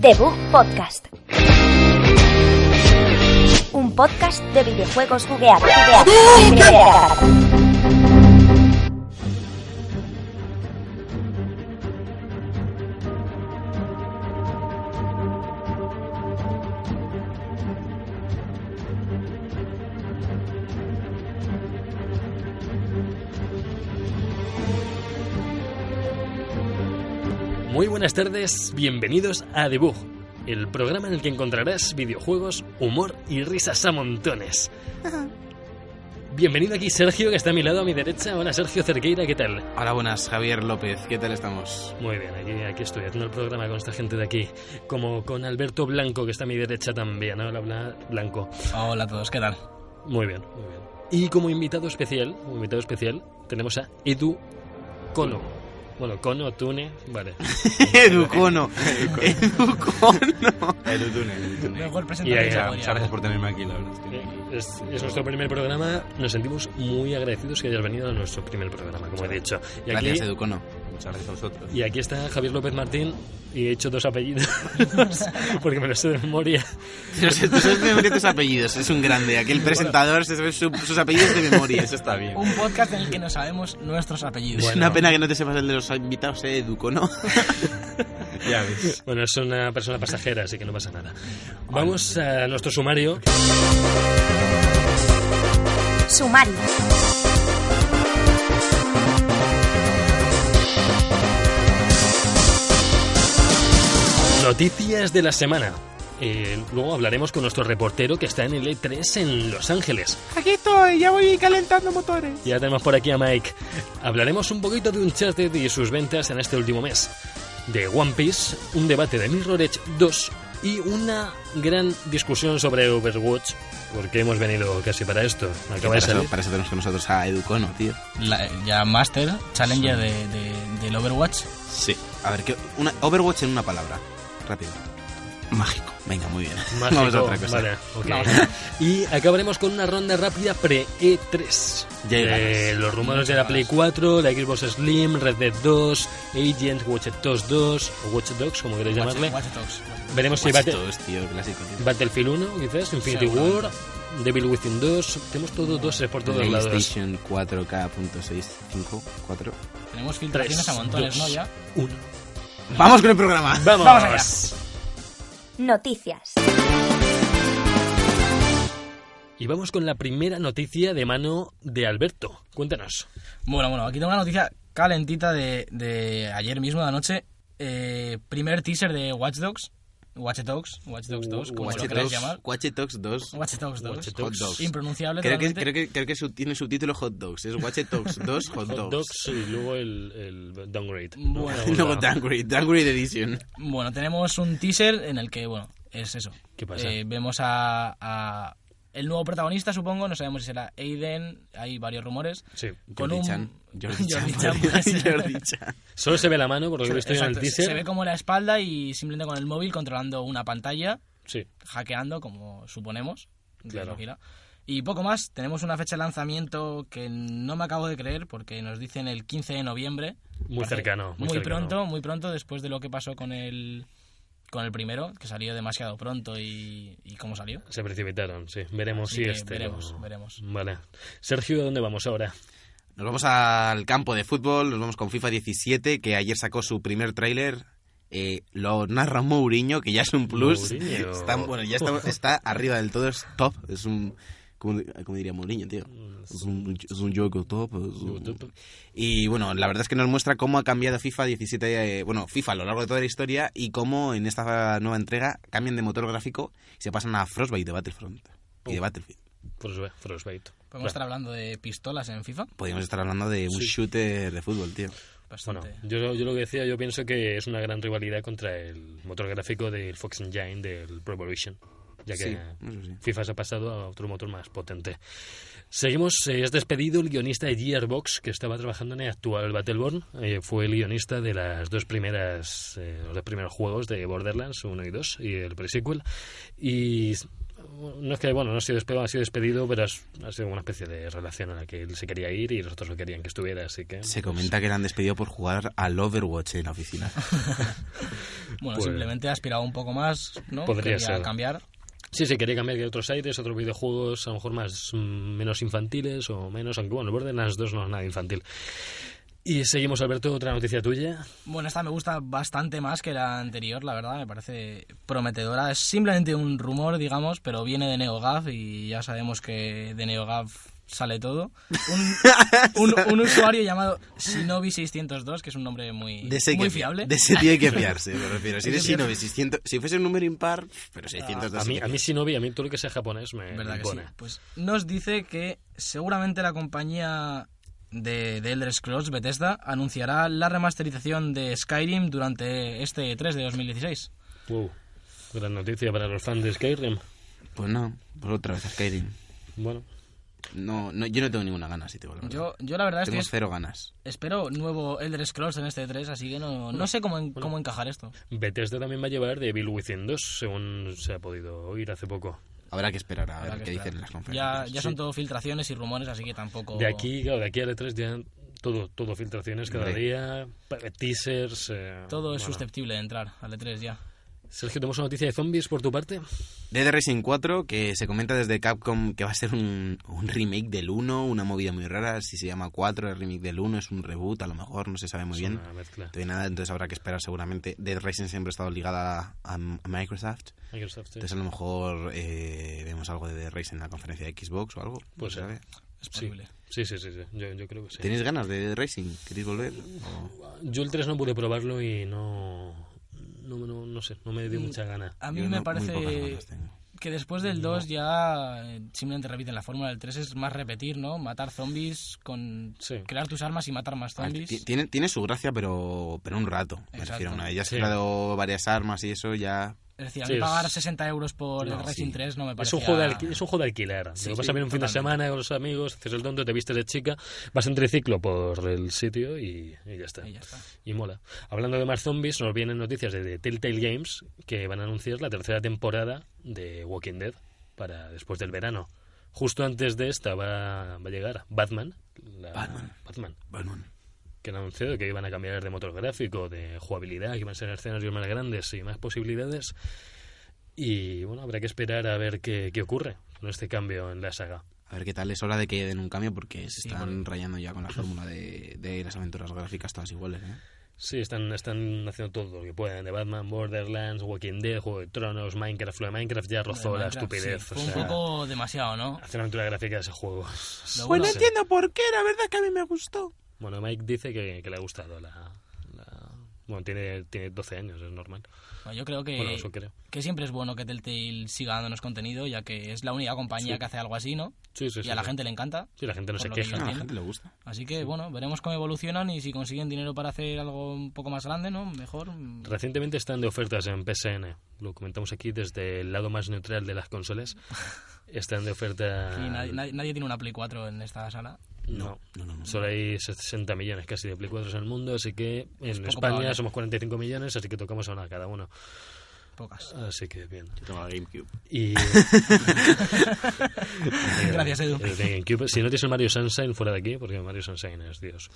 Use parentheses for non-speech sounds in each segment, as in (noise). Debug Podcast. Un podcast de videojuegos bugueados. Muy buenas tardes, bienvenidos a Debug, el programa en el que encontrarás videojuegos, humor y risas a montones. Bienvenido aquí Sergio, que está a mi lado, a mi derecha. Hola Sergio Cerqueira, ¿qué tal? Hola, buenas, Javier López. ¿Qué tal (laughs) estamos? Muy bien, aquí, aquí estoy haciendo el programa con esta gente de aquí, como con Alberto Blanco, que está a mi derecha también. Hola, Bla- Blanco. Hola a todos, ¿qué tal? Muy bien, muy bien. Y como invitado especial, como invitado especial, tenemos a Edu Cono. Bueno, Cono, Tune, vale. Educono. Educono. Mejor Y ahí, presentación. se ah, podría Muchas gracias por tenerme aquí, la verdad. es Eh, que- Es, es nuestro primer programa. Nos sentimos muy agradecidos que hayas venido a nuestro primer programa, como he dicho. Y aquí, Gracias, Educono. (laughs) Muchas gracias a vosotros. y aquí está Javier López Martín y he hecho dos apellidos (laughs) porque me los sé de memoria. No sé, tú sabes de memoria tus apellidos, es un grande. Aquí el presentador se sabe su- sus apellidos de memoria, eso está bien. Un podcast en el que no sabemos nuestros apellidos. Es Bueno. una pena que no te sepas el de los invitados, eh, Educono. ya ves. Bueno, es una persona pasajera, así que no pasa nada. Vamos a nuestro sumario. Sumario. Noticias de la semana. Eh, luego hablaremos con nuestro reportero que está en el E3 en Los Ángeles. Aquí estoy, ya voy calentando motores. Ya tenemos por aquí a Mike. Hablaremos un poquito de Uncharted y sus ventas en este último mes. De One Piece, un debate de Mirror Edge 2 y una gran discusión sobre Overwatch, porque hemos venido casi para esto. Acaba Para de eso, salir. para eso tenemos con nosotros a Educono, tío. La- ya Master, Challenger de, de- del Overwatch. Sí. A ver, ¿qué, una, Overwatch en una palabra. Rápido. Mágico. Venga, muy bien. Mágico, Vamos a otra cosa. vale, ok. Y acabaremos con una ronda rápida pre-E3. Ya hay De ganas. los rumores de la Play 4, la Xbox Slim, Red Dead 2, Agent, Watch Dogs 2, o Watch Dogs, como queréis Watch, llamarle. Watch Dogs. Veremos si Watch bate- Dogs, Pues tío, clásico, tío. Battlefield 1, quizás, Infinity Seguro. War, Devil Within 2, tenemos todo dos por todos lados. PlayStation 4K.654. Tenemos filtraciones 3, a montones, ¿no? Ya. 1. Vamos con el programa. ¡Vamos! Vamos allá. Noticias. Y vamos con la primera noticia de mano de Alberto. Cuéntanos. Bueno, bueno, aquí tengo una noticia calentita de, de ayer mismo, de anoche. Eh, primer teaser de Watch Dogs. Watch Dogs, Watch Dogs 2, como Uh, Watch lo queráis Dogs, llamar. Watch Dogs 2. Watch Dogs 2. Watch Hot Dogs. Impronunciable Creo que, totalmente. creo que, creo que su- tiene subtítulo Hot Dogs. Es Watch Dogs 2 Hot Hot (laughs) Dogs. Dogs y luego el, el downgrade. (laughs) Bueno. Una Luego bola. Downgrade, Downgrade Edition. Bueno, tenemos un teaser en el que, bueno, es eso. ¿Qué pasa? Eh, vemos a, a el nuevo protagonista, supongo, no sabemos si será Aiden, hay varios rumores. Sí. Con Jordi un- Chan. Jordi Chan. puede (laughs) ser. Jordi Chan. Solo se ve la mano, por lo que he visto yo en el Exacto, se- teaser. Se ve como la espalda y simplemente con el móvil controlando una pantalla, Sí, hackeando, como suponemos. que es Claro. lo que irá. Y poco más, tenemos una fecha de lanzamiento que no me acabo de creer porque nos dicen el 15 de noviembre. muy Parece cercano. Muy, Muy, cercano. pronto, muy pronto, después de lo que pasó con el, con el primero, que salió demasiado pronto y, y cómo salió. Se precipitaron, sí. Veremos Así si que este. veremos, lo- veremos. Vale. Sergio, ¿a dónde vamos ahora? Nos vamos al campo de fútbol, nos vamos con FIFA 17, que ayer sacó su primer tráiler. Eh, lo narra Mourinho, que ya es un plus. Mourinho. Está, bueno, ya está, está arriba del todo, es top. Es un... ¿Cómo, cómo diría Mourinho, tío? Mm, Es un, es un juego top. es un- Y bueno, la verdad es que nos muestra cómo ha cambiado FIFA 17, eh, bueno, FIFA a lo largo de toda la historia y cómo en esta nueva entrega cambian de motor gráfico y se pasan a Frostbite de Battlefront y Oh. de Battlefield. Frostbite. Frostbite. Podemos estar hablando de pistolas en FIFA. Podríamos estar hablando de un shooter de fútbol, tío. Bueno, Bastante. yo, yo lo que decía, yo pienso que es una gran rivalidad contra el motor gráfico del Fox Engine del Revolution, ya que Sí, eso sí. FIFA se ha pasado a otro motor más potente. Seguimos, eh, es despedido el guionista de Gearbox, que estaba trabajando en el actual Battleborn. Eh, fue el guionista de las dos primeras, eh, los dos primeros juegos de Borderlands 1 y 2 y el pre-sequel. Y no es que, bueno, no ha sido despedido, ha sido despedido, pero es- ha sido una especie de relación en la que él se quería ir y los otros no querían que estuviera, así que... Se comenta que le han despedido por jugar al Overwatch en la oficina. Bueno, Pues- simplemente ha aspirado un poco más, ¿no? Podría Quería ser. cambiar. Sí, sí, quería cambiar de otros aires, otros videojuegos, a lo mejor más mm, menos infantiles o menos, aunque bueno, Borderlands 2 no es nada infantil. Y seguimos, Alberto, otra noticia tuya. Bueno, esta me gusta bastante más que la anterior, la verdad, me parece prometedora. Es simplemente un rumor, digamos, pero viene de NeoGAF y ya sabemos que de NeoGAF sale todo. (laughs) Un, un- un usuario llamado Shinobi602, que es un nombre muy, De ese muy que- fiable. De ese tío hay que (laughs) fiarse, me refiero. Si Ese eres tío- Shinobi, 600 si fuese un número impar, Ah, pero Pues 600 A mí, a mí Shinobi, a mí todo lo que sea japonés me ¿Verdad que sí? impone. Pues nos dice que seguramente la compañía de, de Elder Scrolls, Bethesda, anunciará la remasterización de Skyrim durante este 3 de 2016. Wow, gran noticia para los fans de Skyrim. Pues no, por otra vez Skyrim. Bueno, No, no, yo no tengo ninguna gana, si te digo la verdad. Yo, yo la verdad es que tengo es- cero ganas. espero nuevo Elder Scrolls en este 3, así que no, no sé cómo, en- cómo encajar esto. Bethesda también va a llevar de Evil Within 2, según se ha podido oír hace poco. Habrá que esperar a Habrá ver que qué esperar. dicen en las Ya, conferencias. ya son todo filtraciones y rumores, así que tampoco... De aquí, claro, de aquí a E3 ya todo, todo filtraciones cada Hombre. día, pa- teasers... eh, Todo es bueno. susceptible de entrar al E3 ya. Sergio, ¿tenemos una noticia de zombies por tu parte? Pues Dead Racing 4, que se comenta desde Capcom que va a ser un, un remake del 1, una movida muy rara. Si se llama 4, el remake del 1 es un reboot, a lo mejor, no se sabe muy Es bien. una mezcla. Todavía nada, entonces habrá que esperar seguramente. Dead Racing siempre ha estado ligada a, a Microsoft. Microsoft, sí. Entonces a lo mejor eh, vemos algo de Dead Racing en la conferencia de Xbox o algo. Pues sí. no se sabe. Es Sí, posible. sí, sí, sí, sí. Yo, yo creo que sí. ¿Tenéis ganas de Dead Racing? ¿Queréis volver? O- Yo el 3 no pude probarlo y no... No, no, no sé, no Mm. me dio mucha gana. A mí Yo no- me muy pocas parece ganas tengo. que después del 2 ya eh, simplemente repiten la fórmula del 3, es más repetir, ¿no? Matar zombies, con Sí. crear tus armas y matar más A ver, zombies. Ah, ti- tiene, tiene su gracia, pero, pero un rato. Me Exacto. refiero a una vez. Ya has Sí. creado varias armas y eso, ya. Es decir, a Sí, mí es- pagar 60 euros por No, el Racing sí. 3 no me Es parece. un, juego de alqui- es un juego de alquilar. Sí, te lo vas sí, a ver un fin de totalmente. semana con los amigos, haces el tonto, te vistes de chica, vas en triciclo por el sitio y, y ya está. Y ya está. Y mola. Hablando de más zombies, nos vienen noticias de, de Telltale Games que van a anunciar la tercera temporada de Walking Dead para después del verano. Justo antes de esta va, va a llegar Batman. la- Batman. Batman. Bueno, Que han anunciado que iban a cambiar de motor gráfico, de jugabilidad, que iban a ser escenarios más grandes y más posibilidades. Y bueno, habrá que esperar a ver qué, qué ocurre con este cambio en la saga. a ver qué tal. Es hora de que den un cambio porque se Sí, están rayando ya con la fórmula de, de las aventuras gráficas todas iguales. ¿eh? Sí, están, están haciendo todo lo que pueden. De Batman, Borderlands, Walking Dead, Juego de Tronos, Minecraft. Lo de Minecraft ya rozó la Minecraft, estupidez. sí, o fue un sea, poco demasiado, ¿no? Hacer una aventura gráfica de ese juego. (laughs) Lo bueno No es- sé. por qué, la verdad que a mí me gustó. Bueno, Mike dice que, que le ha gustado la... la- Bueno, tiene, tiene 12 años, es normal. Bueno, yo creo que, Bueno, eso creo. que siempre es bueno que Telltale siga dándonos contenido, ya que es la única compañía Sí. que hace algo así, ¿no? Sí, sí, y sí, a la sí. gente le encanta. Sí, la gente no por se lo que queja. No, a la Entiendo. gente le gusta. Así que, bueno, veremos cómo evolucionan y si consiguen dinero para hacer algo un poco más grande, ¿no? Mejor. mm, Recientemente están de ofertas en PSN. Lo comentamos aquí desde el lado más neutral de las consolas. Están de oferta. y nadie, nadie- nadie tiene una Play 4 en esta sala. No. No, no, no. Solo hay 60 millones casi de Play 4 en el mundo, así que en poco España probable. somos 45 millones, así que tocamos a una cada uno. Pocas. Así que bien. Yo tengo la GameCube. Y. Gracias, Edu. El de GameCube. Si no tienes el Mario Sunshine fuera de aquí, porque Mario Sunshine es Dios.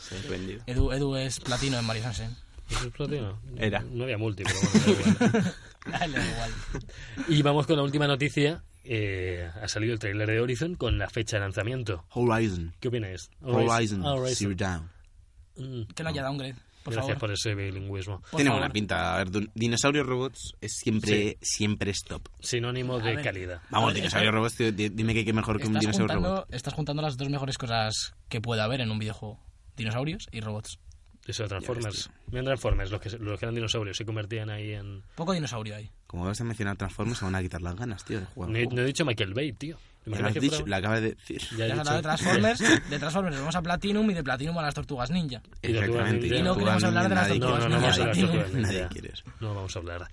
Edu, Edu es platino en Mario Sunshine. ¿Es platino? Era. No había multi, pero bueno. da igual. A él (laughs) le da igual. y vamos con la última noticia. Eh, ha salido el tráiler de Horizon con la fecha de lanzamiento. Horizon. ¿Qué opináis? Horizon. Ah, Horizon. Zero Dawn. Mm, Que no haya downgrade, por Gracias favor. por ese bilingüismo. Por Tiene favor. buena pinta. A ver, dun- dinosaurios robots es siempre, siempre es top. Sinónimo A de ver. calidad. Vamos, dinosaurios robots, tío, di- dime que qué mejor que un Estás dinosaurio robot. juntando, estás juntando las dos mejores cosas que puede haber en un videojuego. Dinosaurios y robots. Eso de Transformers. Ya Vean Transformers, los que, se- los que eran dinosaurios se convertían ahí en... Poco dinosaurio ahí. Como vas a mencionar Transformers, se van a quitar las ganas, tío, de jugar. al No he, juego. no he dicho Michael Bay, tío. ¿Te Ya imaginas lo has que dicho, fuera- lo acabas de decir. Ya he Ya has dicho- hablado de Transformers, de Transformers vamos a Platinum y de Platinum a las Tortugas Ninja. Y tortugas Exactamente. ninja. Y no tortugas queremos hablar de las nadie tortugas quiere. ninja. No, no, no vamos a hablar de Nadie tortugas quiere, ninja. Nadie quiere eso. (laughs) No, vamos a hablar.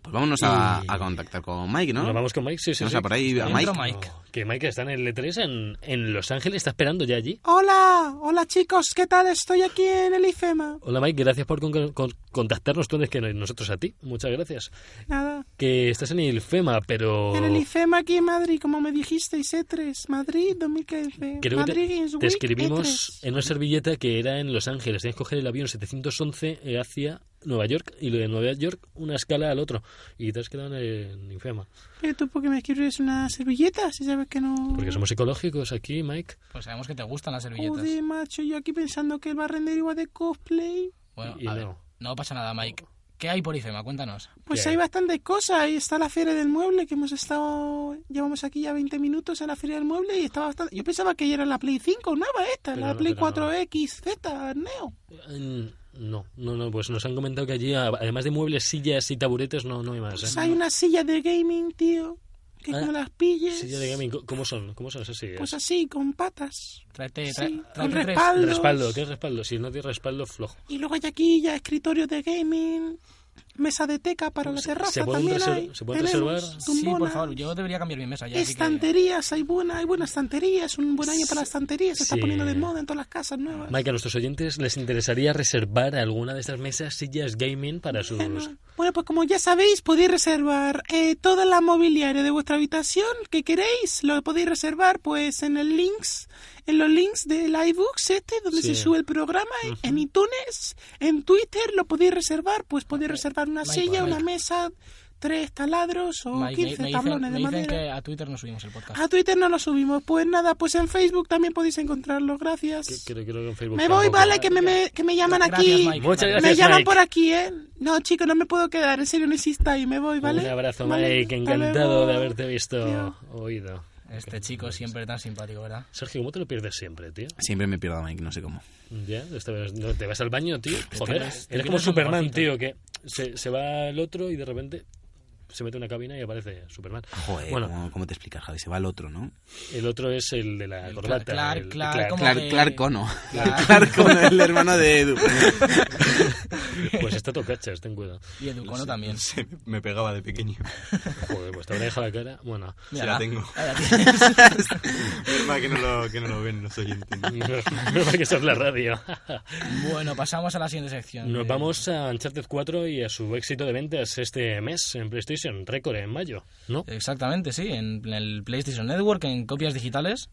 Pues vámonos a, a contactar con Mike, ¿no? Nos vamos con Mike, sí, sí. Vamos sí. a por ahí a Dentro Mike. Mike. No, que Mike está en el E3 en, en Los Ángeles, está esperando ya allí. Hola, hola chicos, ¿qué tal? Estoy aquí en el IFEMA. Hola Mike, gracias por con- con- contactarnos tú antes que nosotros a ti. Muchas gracias. Nada, que estás en el FEMA, pero... En el IFEMA aquí en Madrid, como me dijisteis, E3, Madrid 2015. Creo que Madrid E te, Games te Week, escribimos E3. en una servilleta que era en Los Ángeles. Tenías que coger el avión 711 hacia Nueva York y lo de Nueva York una escala al otro. Y te has quedado en el infema. Pero tú, ¿por qué me escribes una servilleta? Si sabes que no. Porque somos psicológicos aquí, Mike. Pues sabemos que te gustan las servilletas. Joder, macho, yo aquí pensando que el barrendero iba de cosplay. Bueno, Y a ver, no. no pasa nada, Mike. ¿Qué hay por IFEMA? Cuéntanos. Pues ¿Qué? hay bastantes cosas. Ahí está la Feria del Mueble, que hemos estado. Llevamos aquí ya 20 minutos en la Feria del Mueble y estaba bastante. Yo pensaba que ya era la Play 5, nada, esta, Pero la no, Play pero 4X, Z, Neo. Mm, No, no, no, pues nos han comentado que allí, a- además de muebles, sillas y taburetes, no, no hay más. Pues ¿eh? hay una silla de gaming, tío, que Ah, como las pilles. Sillas de gaming, ¿cómo son? ¿Cómo son esas sillas? Pues así, con patas. Tráete, tra- Sí, con tráete tres. respaldo. Eh, respaldo, ¿qué respaldo? Si no tiene respaldo, flojo. Y luego hay aquí ya escritorio de gaming, mesa de teca para la Pues Se- terraza se pueden también reser- hay. se pueden Tenemos reservar. Sí, por tumbona, favor, yo debería cambiar mi mesa ya. así que- Estanterías, hay buena, hay buena estantería, es un buen año para las estanterías, se está Sí. poniendo de moda en todas las casas nuevas. Mike, a nuestros oyentes les interesaría reservar alguna de estas mesas, sillas gaming para sus... Bueno, bueno, pues como ya sabéis, podéis reservar eh, toda la mobiliaria de vuestra habitación que queréis. Lo podéis reservar pues en el links, en los links del iBooks este, donde Sí. se sube el programa, en iTunes, en Twitter, lo podéis reservar. Pues podéis reservar una Mike, Mike. silla, una mesa, tres taladros o Mike, me- 15 me, dicen, tablones me de dicen madera. que a Twitter no subimos el podcast. A Twitter no lo subimos. Pues nada, pues en Facebook también podéis encontrarlo. Gracias. Que- Creo, creo que en Facebook me voy, tampoco. vale, que me, me- que me llaman aquí. Mike. Muchas Vale. gracias, me llaman Mike. por aquí, ¿eh? No, chico, no me puedo quedar. En serio, no insistáis. Me voy, ¿vale? Un abrazo, Vale, Mike. hasta Encantado luego. de haberte visto, Tío. oído. Este chico siempre tan simpático, ¿verdad? Sergio, ¿cómo te lo pierdes siempre, tío? Siempre me pierdo a Mike, no sé cómo. Ya, esta vez no- te vas al baño, tío. Joder, pierdes- te eres como pierdes un Superman, poquito. tío, que se, se va el otro y de repente se mete en una cabina y aparece Superman. Joder, bueno, ¿cómo, cómo te explicas, Javi? Se va al otro, ¿no? el otro es el de la El corbata. Clark- el- Clark, Clark. ¿cómo? Clark, que- Clark Cono. (laughs) (laughs) Clark. Clark Cono, el hermano de Edu. Pues está todo cachas, ten cuidado. Y Educono también. Se me pegaba de pequeño. Joder, pues te habrá dejado la cara. Bueno, Se Mírala. la tengo. Ahí la tienes. Es más que no lo, que no lo ven los oyentes. menos menos mal que estás en la (laughs) radio. Bueno, pasamos a la siguiente sección. Nos Eh, vamos a Uncharted 4 y a su éxito de ventas este mes en PlayStation. Récord en mayo, ¿no? Exactamente, sí. En el PlayStation Network, en copias digitales.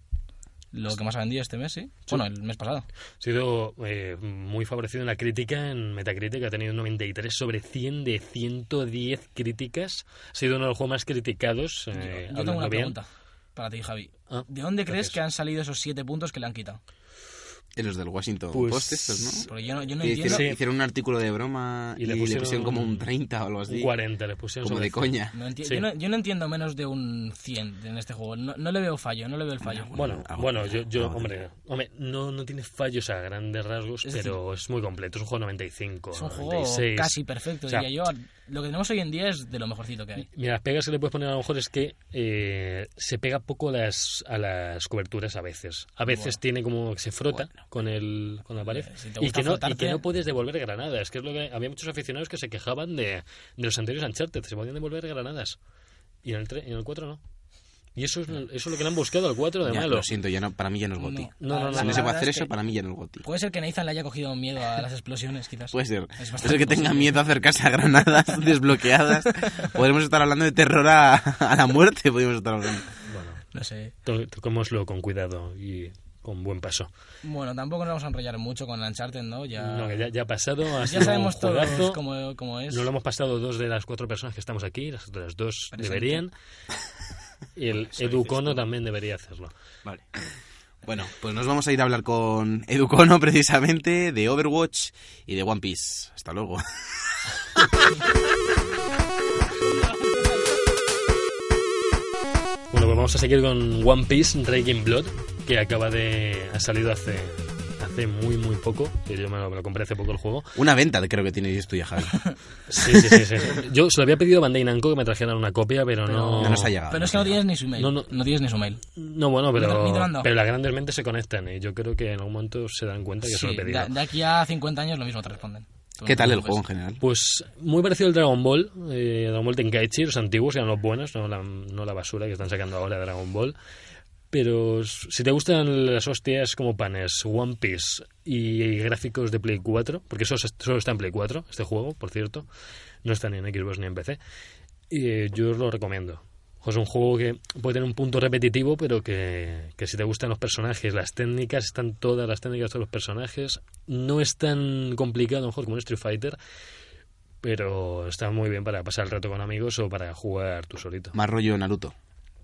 Lo que más ha vendido este mes, sí. Bueno, el mes pasado. Ha sido eh, muy favorecido en la crítica, en Metacritic ha tenido un 93 sobre 100 de 110 críticas. Ha sido uno de los juegos más criticados. eh, Yo tengo hablando una bien. pregunta para ti, Javi. Ah, ¿De dónde crees gracias. que han salido esos siete puntos que le han quitado? De los del Washington Pues- Post estos, ¿no? Porque yo no, yo no Que entiendo. hicieron, Sí. hicieron un artículo de broma y, le, pusieron como un 30 o algo Un así. 40 les pusieron Como sobre de coña. no enti- Sí. yo, no, yo no entiendo menos de un 100 en este juego. No, no le veo fallo, no le veo el fallo. Bueno, Ah, bueno, yo, yo ah, hombre, hombre no, no tiene fallos a grandes rasgos, Es decir, pero es muy completo. Es un juego 95, es un juego 96. casi perfecto, O sea, diría yo. Lo que tenemos hoy en día es de lo mejorcito que hay. Mira, las pegas que le puedes poner a lo mejor es que eh, se pega poco a las, a las coberturas a veces. A veces tiene como que se frota con, el, con la pared Eh, si te y, gusta que no, y frotarte- que no puedes devolver granadas. Que es lo que había muchos aficionados que se quejaban de, de los anteriores Uncharted, se podían devolver granadas. Y en el, tre- en el 4 no. Y eso es, eso es lo que le han buscado al 4 de Ya, malo. lo siento, ya no, para mí ya no es Goti. No, no, no, Si no la se puede verdad hacer es eso, que para mí ya no es Goti. Puede ser que Nathan le haya cogido miedo a las explosiones, quizás. Puede ser. Es Es bastante el que tenga posible. miedo a acercarse a granadas (laughs) desbloqueadas. Podremos estar hablando de terror a, a la muerte. Podríamos estar hablando. No sé. To- Toquémoslo con cuidado y con buen paso. Bueno, tampoco nos vamos a enrollar mucho con Uncharted, ¿no? Ya, No, que ya, ya ha pasado. Ha ya sido sabemos un todos juegazo. cómo, cómo es. No lo hemos pasado dos de las cuatro personas que estamos aquí, las otras dos Presente. deberían. Y el Educono también debería hacerlo. Vale. Bueno, pues nos vamos a ir a hablar con Educono (laughs) precisamente de Overwatch y de One Piece. Hasta luego. Bueno, pues vamos a seguir con One Piece Raging Blood, que acaba de. ha salido hace. hace muy, muy poco. Que yo me lo, me lo compré hace poco el juego. Una venta creo que tienes tú ya, Javi. Sí, sí, sí. (laughs) sí, sí. Yo se lo había pedido a Bandai Namco que me trajeran una copia, pero, no. No nos ha llegado. Pero es que no tienes ni su mail. No, No, no. tienes ni su mail. No, bueno, Ni te- pero, ni te lo han dado. pero las grandes mentes se conectan y yo creo que en algún momento se dan cuenta que se lo he Sí, pedido. de, de aquí a 50 años lo mismo te responden. Tú ¿Qué no te tal el juego en preocupes. general? Pues muy parecido al Dragon Ball, eh, Dragon Ball Tenkaichi, los antiguos eran los buenos, no la, no la basura que están sacando ahora de Dragon Ball. Pero s- si te gustan las hostias como panes, One Piece y, gráficos de Play 4, porque eso es- solo está en Play 4, este juego, por cierto, no está ni en Xbox ni en PC, y yo os lo recomiendo. Es un juego que puede tener un punto repetitivo, pero que, que si te gustan los personajes, las técnicas, están todas las técnicas de todos los personajes. No es tan complicado, a lo mejor, como un Street Fighter, pero está muy bien para pasar el rato con amigos o para jugar tú solito. Más rollo Naruto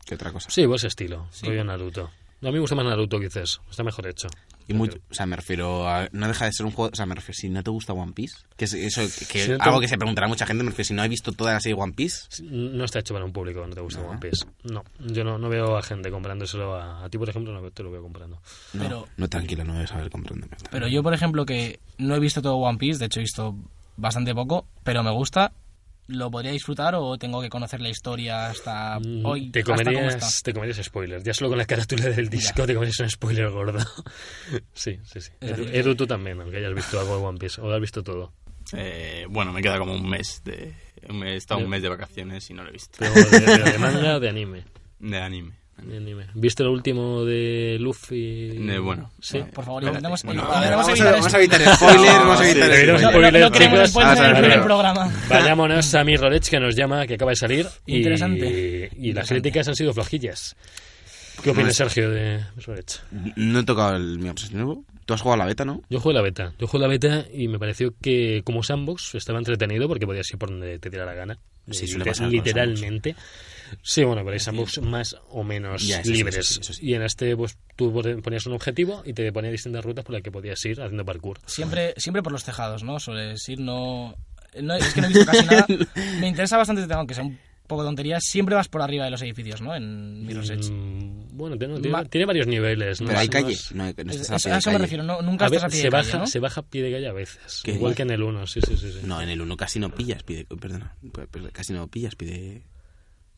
que otra cosa. Sí, pues estilo, rollo Naruto. No, a mí me gusta más Naruto, quizás. Está mejor hecho. Y muy, o sea, me refiero a, no deja de ser un juego, o sea, me refiero si no te gusta One Piece, que es eso que, que Si no te- algo que se preguntará mucha gente, me refiero si no he visto toda la serie One Piece. No está hecho para un público que no te gusta No. One Piece. No, yo no, no veo a gente comprándoselo. A, a ti, por ejemplo, no te lo veo comprando. No, Pero- no tranquilo, no debes saber comprenderme. Pero yo, por ejemplo, que no he visto todo One Piece, de hecho he visto bastante poco, pero me gusta. ¿Lo podría disfrutar o tengo que conocer la historia hasta Mm, hoy? te, hasta cómo está? comerías, te comerías spoilers. Ya solo con la carátula del disco te comerías un spoiler gordo. (laughs) sí, sí, sí. Es Edu, decir, Edu, tú también, aunque hayas visto algo de One Piece. O lo has visto (laughs) todo. Eh, bueno, me queda como un mes de... un mes- Eh, He estado Yo- un mes de vacaciones y no lo he visto. Pero de, de- de manga, de anime. De anime. de anime. ¿Viste lo último de Luffy? De- bueno. Sí. Por favor, Espérate. intentemos... Bueno, a ver, vamos a evitar vamos esto. (laughs) a evitar spoilers, vamos a evitar No, Pero sí, No, spoilers, no, no queremos chicos. spoilers en el Ah, primer claro. programa. (laughs) Vayámonos a Mirrorets que nos llama, que acaba de salir. Y, Interesante. Y las críticas han sido flojillas. ¿Qué opinas, Sergio, de Mirrorets? No he tocado el mi obsesión nuevo. Tú has jugado a la beta, ¿no? Yo jugué la beta. Yo jugué la beta y me pareció que como sandbox estaba entretenido porque podías ir por donde te diera la gana. Sí, Eh, suele pasar con literalmente. Sí, bueno, pero hay sandbox más o menos Ya, eso sí, libres. eso sí, eso sí. Y en este pues tú ponías un objetivo y te ponía distintas rutas por las que podías ir haciendo parkour. Siempre, siempre por los tejados, ¿no? Sueles ir, no... no- Es que no he visto (laughs) casi nada. Me interesa bastante, tengo que sea un poco tontería, siempre vas por arriba de los edificios, ¿no? En Mirror's Edge. Mm, bueno, tiene, tiene- Ma- tiene varios niveles. ¿no? Pero hay No calle. es- No, no Es- estás a a eso pie de me calle. refiero, no- nunca A ver, estás a pie se, de baja, calle, ¿no? se baja a pie de calle a veces. ¿Qué? Igual que en el 1, sí, sí, sí. sí. No, en el 1 casi no pillas, pide, perdona, pe- pe- casi no pillas, pide...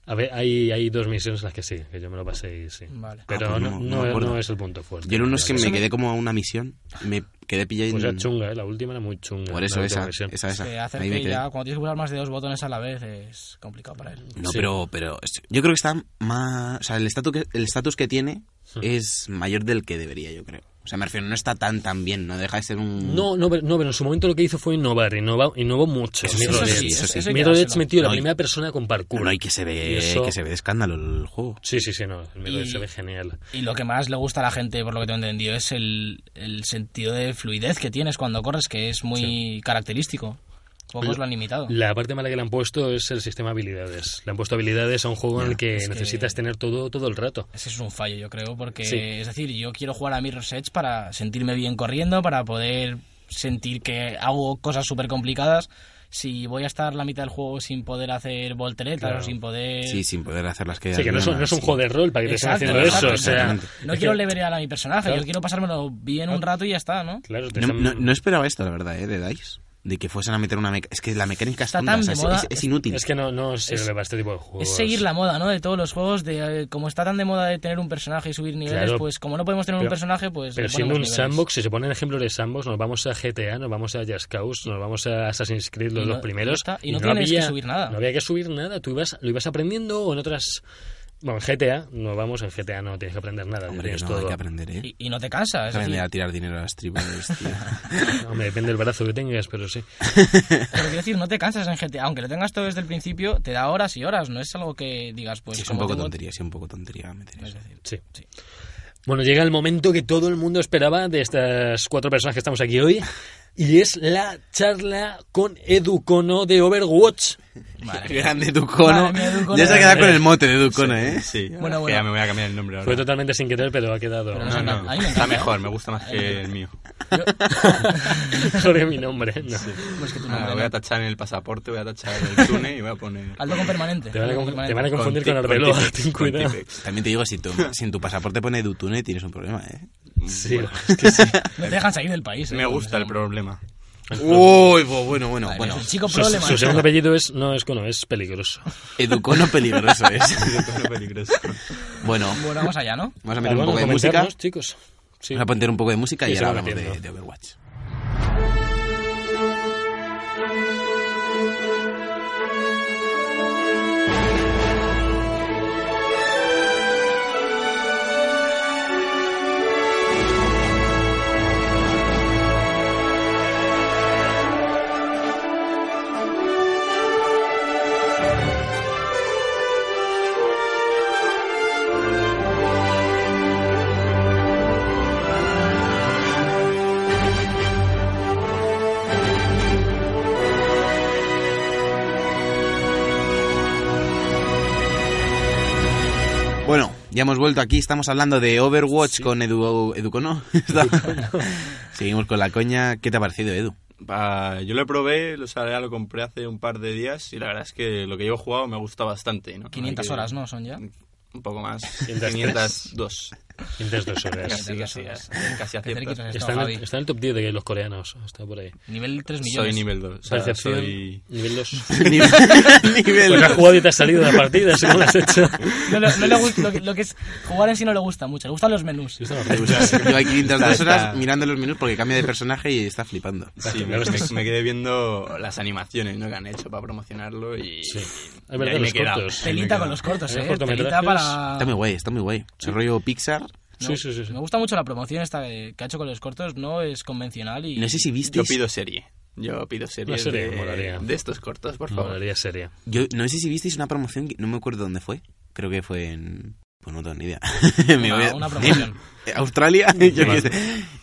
A ver, hay, hay dos misiones en las que sí, que yo me lo pasé y sí. Vale. Pero Ah, pues no, no, no, no me acuerdo. no es el punto fuerte. Yo el 1 es que Pero me quedé como a una misión, me quedé pillado Pues en... era chunga, ¿eh? la última era muy chunga. Por la eso, última esa, versión. esa, esa. Se Ahí acerca me y quedé. ya, cuando tienes que pulsar más de dos botones a la vez, es complicado para él. No, Sí. pero, pero es- yo creo que está más... O sea, el estatus que, el estatus que tiene es mayor del que debería, yo creo. O sea, me refiero, no está tan tan bien, no deja de ser un... No, no, pero- no, pero en su momento lo que hizo fue innovar, innovó, innovó mucho. Eso sí, Mirror eso Edge sí, eso sí. Mirror Edge metió la No, y- primera persona con parkour. Bueno, hay que se Y ve, eso- que se ve de escándalo el juego. Sí, sí, sí, no, el Mirror Edge Y- se ve genial. Y lo que más le gusta a la gente, por lo que tengo entendido, es el, el sentido de fluidez que tienes cuando corres, que es muy característico. Pocos lo han limitado. La parte mala que le han puesto es el sistema de habilidades. Le han puesto habilidades a un juego en el que es que- necesitas tener todo, todo el rato. Ese es un fallo, yo creo, porque Sí. es decir, yo quiero jugar a Mirror's Edge para sentirme bien corriendo, para poder sentir que hago cosas súper complicadas. Si voy a estar la mitad del juego sin poder hacer volteretas Claro. o sin poder... Sí, sin poder hacer las que... Sí, que no es, un- no es un juego de rol para que te estén Exacto, haciendo exacto, eso. O sea, exactamente. No es quiero que- leverear a mi personaje, Claro. Ah. yo quiero pasármelo bien un rato y ya está, ¿no? Claro, te No, están- no- no esperaba esto, la verdad, ¿eh? De Dice. De que fuesen a meter una mecánica... Es que la mecánica es Está tonta, tan o sea, de es- moda, es, es inútil. Es que no, no sirve Es- para este tipo de juegos. Es seguir la moda, ¿no? De todos los juegos, de eh, como está tan de moda de tener un personaje y subir niveles, Claro. pues como no podemos tener Pero- un personaje, pues... Pero le siendo un ponemos niveles. sandbox, si se ponen ejemplos de sandbox, nos vamos a GTA, nos vamos a Just Cause, nos vamos a Assassin's Creed, los Y no- dos primeros. ya está. Y no tienes que subir nada. No había que subir nada, tú ibas, lo ibas aprendiendo o en otras... Bueno, en GTA, no vamos, en GTA no tienes que aprender nada, Hombre, tienes no, todo. hay que aprender, ¿eh? Y, y no te cansa, es Hay que aprender decir, a tirar dinero a las tribus, tío. (laughs) Hombre, depende del brazo que tengas, pero sí. Pero quiero decir, no te cansas en GTA. Aunque lo tengas todo desde el principio, te da horas y horas. No es algo que digas, pues. Sí, es un como poco tengo- tontería, sí, un poco tontería meter Es eso. decir, Sí. Sí. Bueno, llega el momento que todo el mundo esperaba de estas cuatro personas que estamos aquí hoy. Y es la charla con Educono de Overwatch. Qué grande Ducono. Madre mía, Ducono. Ya se ha quedado con el mote de Ducono, ¿eh? Sí, Bueno, que bueno. ya me voy a cambiar el nombre ahora. Fue totalmente sin querer, pero ha quedado. Pero No, A no, mí me está encanta, mejor, me gusta más que el mío. (laughs) sobre mi nombre. No. Pues que tu Ah, nombre voy no. a tachar en el pasaporte, voy a tachar el túnel y voy a poner... Hazlo con permanente. Te van a, hazlo con- te con van a permanente. confundir con, Ti- Arbeloa, Tipex, ten con cuidado. Tipex. También te digo, si, tu, si en tu pasaporte pone Dutune, tienes un problema, ¿eh? Sí, (laughs) No te dejan salir del país. eh, Me gusta el con ese (laughs) problema. Uh, Uy, pues bueno, bueno, nombre. bueno. El chico su, problema. ¿eh? su segundo apellido es, no es Cono, es peligroso. Educono peligroso es. Es (laughs) peligroso. (laughs) Bueno, Bueno, vamos allá, ¿no? vamos a meter un Bueno, poco de música. Ah, pues, comentarnos, Vamos chicos. Sí. a poner un poco de música y Sí, se ahora va hablamos de, metiendo. de Overwatch. Ya hemos vuelto aquí, estamos hablando de Overwatch con Edu, Educono. (laughs) Seguimos con la coña. ¿Qué te ha parecido, (laughs) Edu? Pa- yo lo probé, lo, o sea, ya lo compré hace un par de días y la verdad es que lo que yo he jugado me gusta bastante. ¿no? 500 Hay que- horas, ¿no? Son ya. Un poco (laughs) más. 503. 502. Intentas dos horas. Casi, casi, casi Qué cerquita aciertas. estás, Está en, Javi. el, está en el top 10 de los coreanos. Está por ahí. Nivel 3 millones. Soy nivel 2. O sea, Percepción, soy... nivel (laughs) 2. (laughs) Nivel. nivel- Pues has jugado y te has salido de la partida, según lo has (laughs) hecho. No, le- no le gusta, lo, que- lo que es jugar en sí no le gusta mucho. Le gustan los menús. Esto no Pues, Me afecta. gusta. Yo hay 502 Está- está- horas mirando los menús porque cambia de personaje y está flipando. Sí, me, me- me quedé viendo las animaciones ¿no? que han hecho para promocionarlo y. Sí. Es y verdad, ahí me los he quedado. cortos. Ahí me he Pelita quedado. con los cortos, Hay ¿eh? cortometrajes. Pelita para... Está muy guay, está muy guay. El rollo Pixar. No, Sí, sí, sí, sí. Me gusta mucho la promoción esta que que ha hecho con los cortos. No es convencional y... No sé si viste. Yo pido serie. Yo pido serie. serie me de, molaría. de estos cortos, por favor. Molaría seria. Yo no sé si visteis una promoción, que- no me acuerdo dónde fue. Creo que fue en. Pues no tengo ni idea. (laughs) Me Una- voy a- (laughs) una promoción. en Australia, yo qué sé.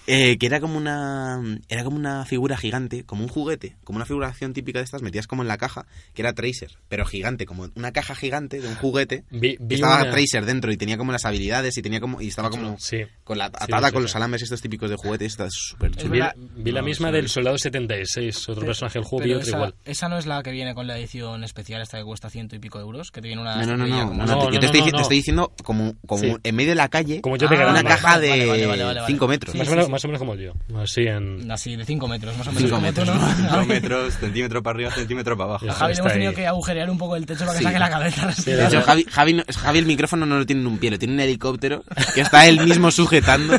Eh, que era como una. Era como una figura gigante, como un juguete, como una figuración típica de estas, metías como en la caja, que era Tracer, pero gigante, como una caja gigante de un juguete. Vi, que vi estaba una- Tracer dentro y tenía como las habilidades y tenía como. Y estaba como. Sí. Con la, Sí, atada sí, con sí. los alambres estos típicos de juguetes, está súper Es chulo. Vi, verdad. vi la No, misma sí. del Soldado 76, otro personaje del juego, y Pero otro esa, igual. esa no es la que viene con la edición especial, esta que cuesta ciento y pico de euros, que te viene una... No, no, no, estrella no. como- no, te- no, yo no, te, estoy, no, dici- no. te estoy diciendo como, como Sí. en medio de la calle, Como yo te Ah, ganaba una vale, caja vale, vale, vale, vale, de vale. 5 metros. Más, o menos, más o menos como yo. Así en. Así, de 5 metros, más o menos. Cinco como tú, metros, ¿no? Dos metros, centímetro para arriba, centímetro para abajo. Ya. A (laughs) Javi le Está hemos ahí. tenido que agujerear un poco el techo para que saque la cabeza. De respirar. hecho, Javi, Javi, no- Javi el micrófono no lo tiene en un pie, lo tiene en un helicóptero que está él mismo sujetando.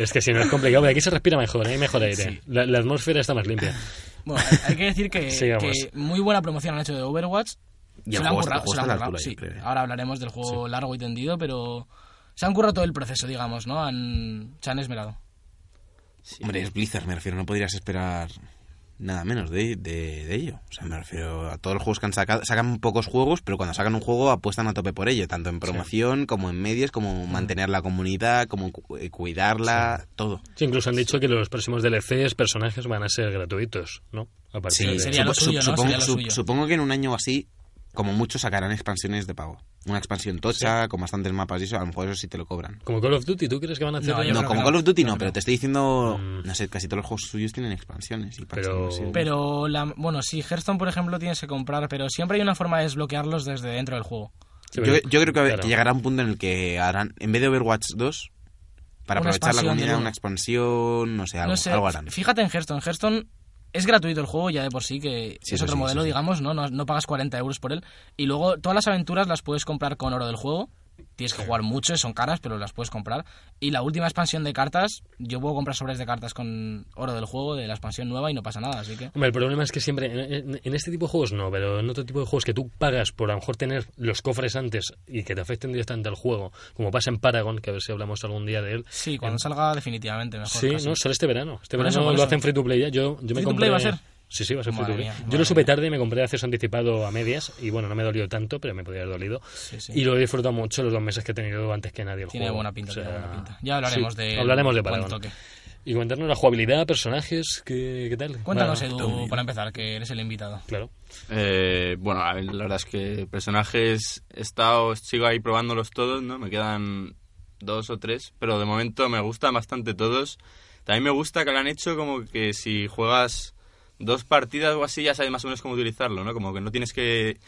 Es que si no es complicado, pero aquí se respira mejor, hay mejor aire. La, la atmósfera está más limpia. Ah. Bueno, hay- hay que decir (laughs) que, Sigamos. que muy buena promoción han hecho de Overwatch. Y el la juego está- currado, el juego se está la a la currado, altura, yo sí. creo, eh. Ahora hablaremos del juego largo y tendido, pero se han currado todo el proceso, digamos, ¿no? Han, se han esmerado. Hombre, es Blizzard, me refiero, no podrías esperar nada menos de, de- de ello. O sea, me refiero a todos los juegos que han sacado. Sacan pocos juegos, pero cuando sacan un juego apuestan a tope por ello, tanto en promoción como en medios, como mantener la comunidad, como cu- eh, cuidarla, todo. Mm. Sí, incluso han dicho que los próximos DLCs, personajes, van a ser gratuitos, ¿no? A partir de... sería- lo suyo, ¿no? Eh, supongo, Sería lo suyo. supongo que en un año o así, como mucho, sacarán expansiones de pago. Una expansión tocha, con bastantes mapas y eso, a lo mejor eso sí te lo cobran. Como Call of Duty, ¿tú crees que van a hacer? No, yo algo? creo No, que como no. Call of Duty Yo no, creo pero que te estoy diciendo, Mm. no sé, casi todos los juegos suyos tienen expansiones. Y Pero- expansiones, sí. Pero, la, bueno, sí, Hearthstone, por ejemplo, tienes que comprar, pero siempre hay una forma de desbloquearlos desde dentro del juego. Sí, yo, pero- yo creo que, claro. que llegará un punto en el que harán, en vez de Overwatch 2, para Una aprovechar la expansión del comunidad, uno. una expansión, no sé, algo, no sé, algo harán. fíjate en Hearthstone. Hearthstone es gratuito el juego ya de por sí, que Sí, es eso otro sí, modelo, eso sí. digamos, ¿no? ¿no? no pagas 40 euros por él. Y luego todas las aventuras las puedes comprar con oro del juego. Tienes que jugar mucho, son caras, pero las puedes comprar. Y la última expansión de cartas, yo puedo comprar sobres de cartas con oro del juego, de la expansión nueva, y no pasa nada, así que... Hombre, el problema es que siempre, en, en- en este tipo de juegos no, pero en otro tipo de juegos que tú pagas por a lo mejor tener los cofres antes y que te afecten directamente al juego, como pasa en Paragon, que a ver si hablamos algún día de él. Sí, cuando salga definitivamente mejor. Em, sí, casi. no, sale este verano. Este Por verano eso, por lo eso. hacen free to play ya. Yo, yo me ¿Free to compré. play va a ser? Sí, sí, va a ser free Madre to play. mía, yo lo madre supe mía. tarde, me compré acceso anticipado a medias y bueno, no me dolió tanto, pero me podía haber dolido. Sí, sí. Y lo he disfrutado mucho los dos meses que he tenido antes que nadie el Tiene juego. buena pinta, O sea, tiene buena pinta. Ya hablaremos sí, de... Hablaremos de cuando Paragon. toque. Y comentarnos la jugabilidad, personajes, ¿qué, qué tal? Cuéntanos, Va, Edu, para empezar, que eres el invitado. Claro. Eh, bueno, a ver, la verdad es que personajes he estado, sigo ahí probándolos todos, ¿no? Me quedan dos o tres, pero de momento me gustan bastante todos. También me gusta que lo han hecho como que si juegas dos partidas o así ya sabes más o menos cómo utilizarlo, ¿no? Como que no tienes que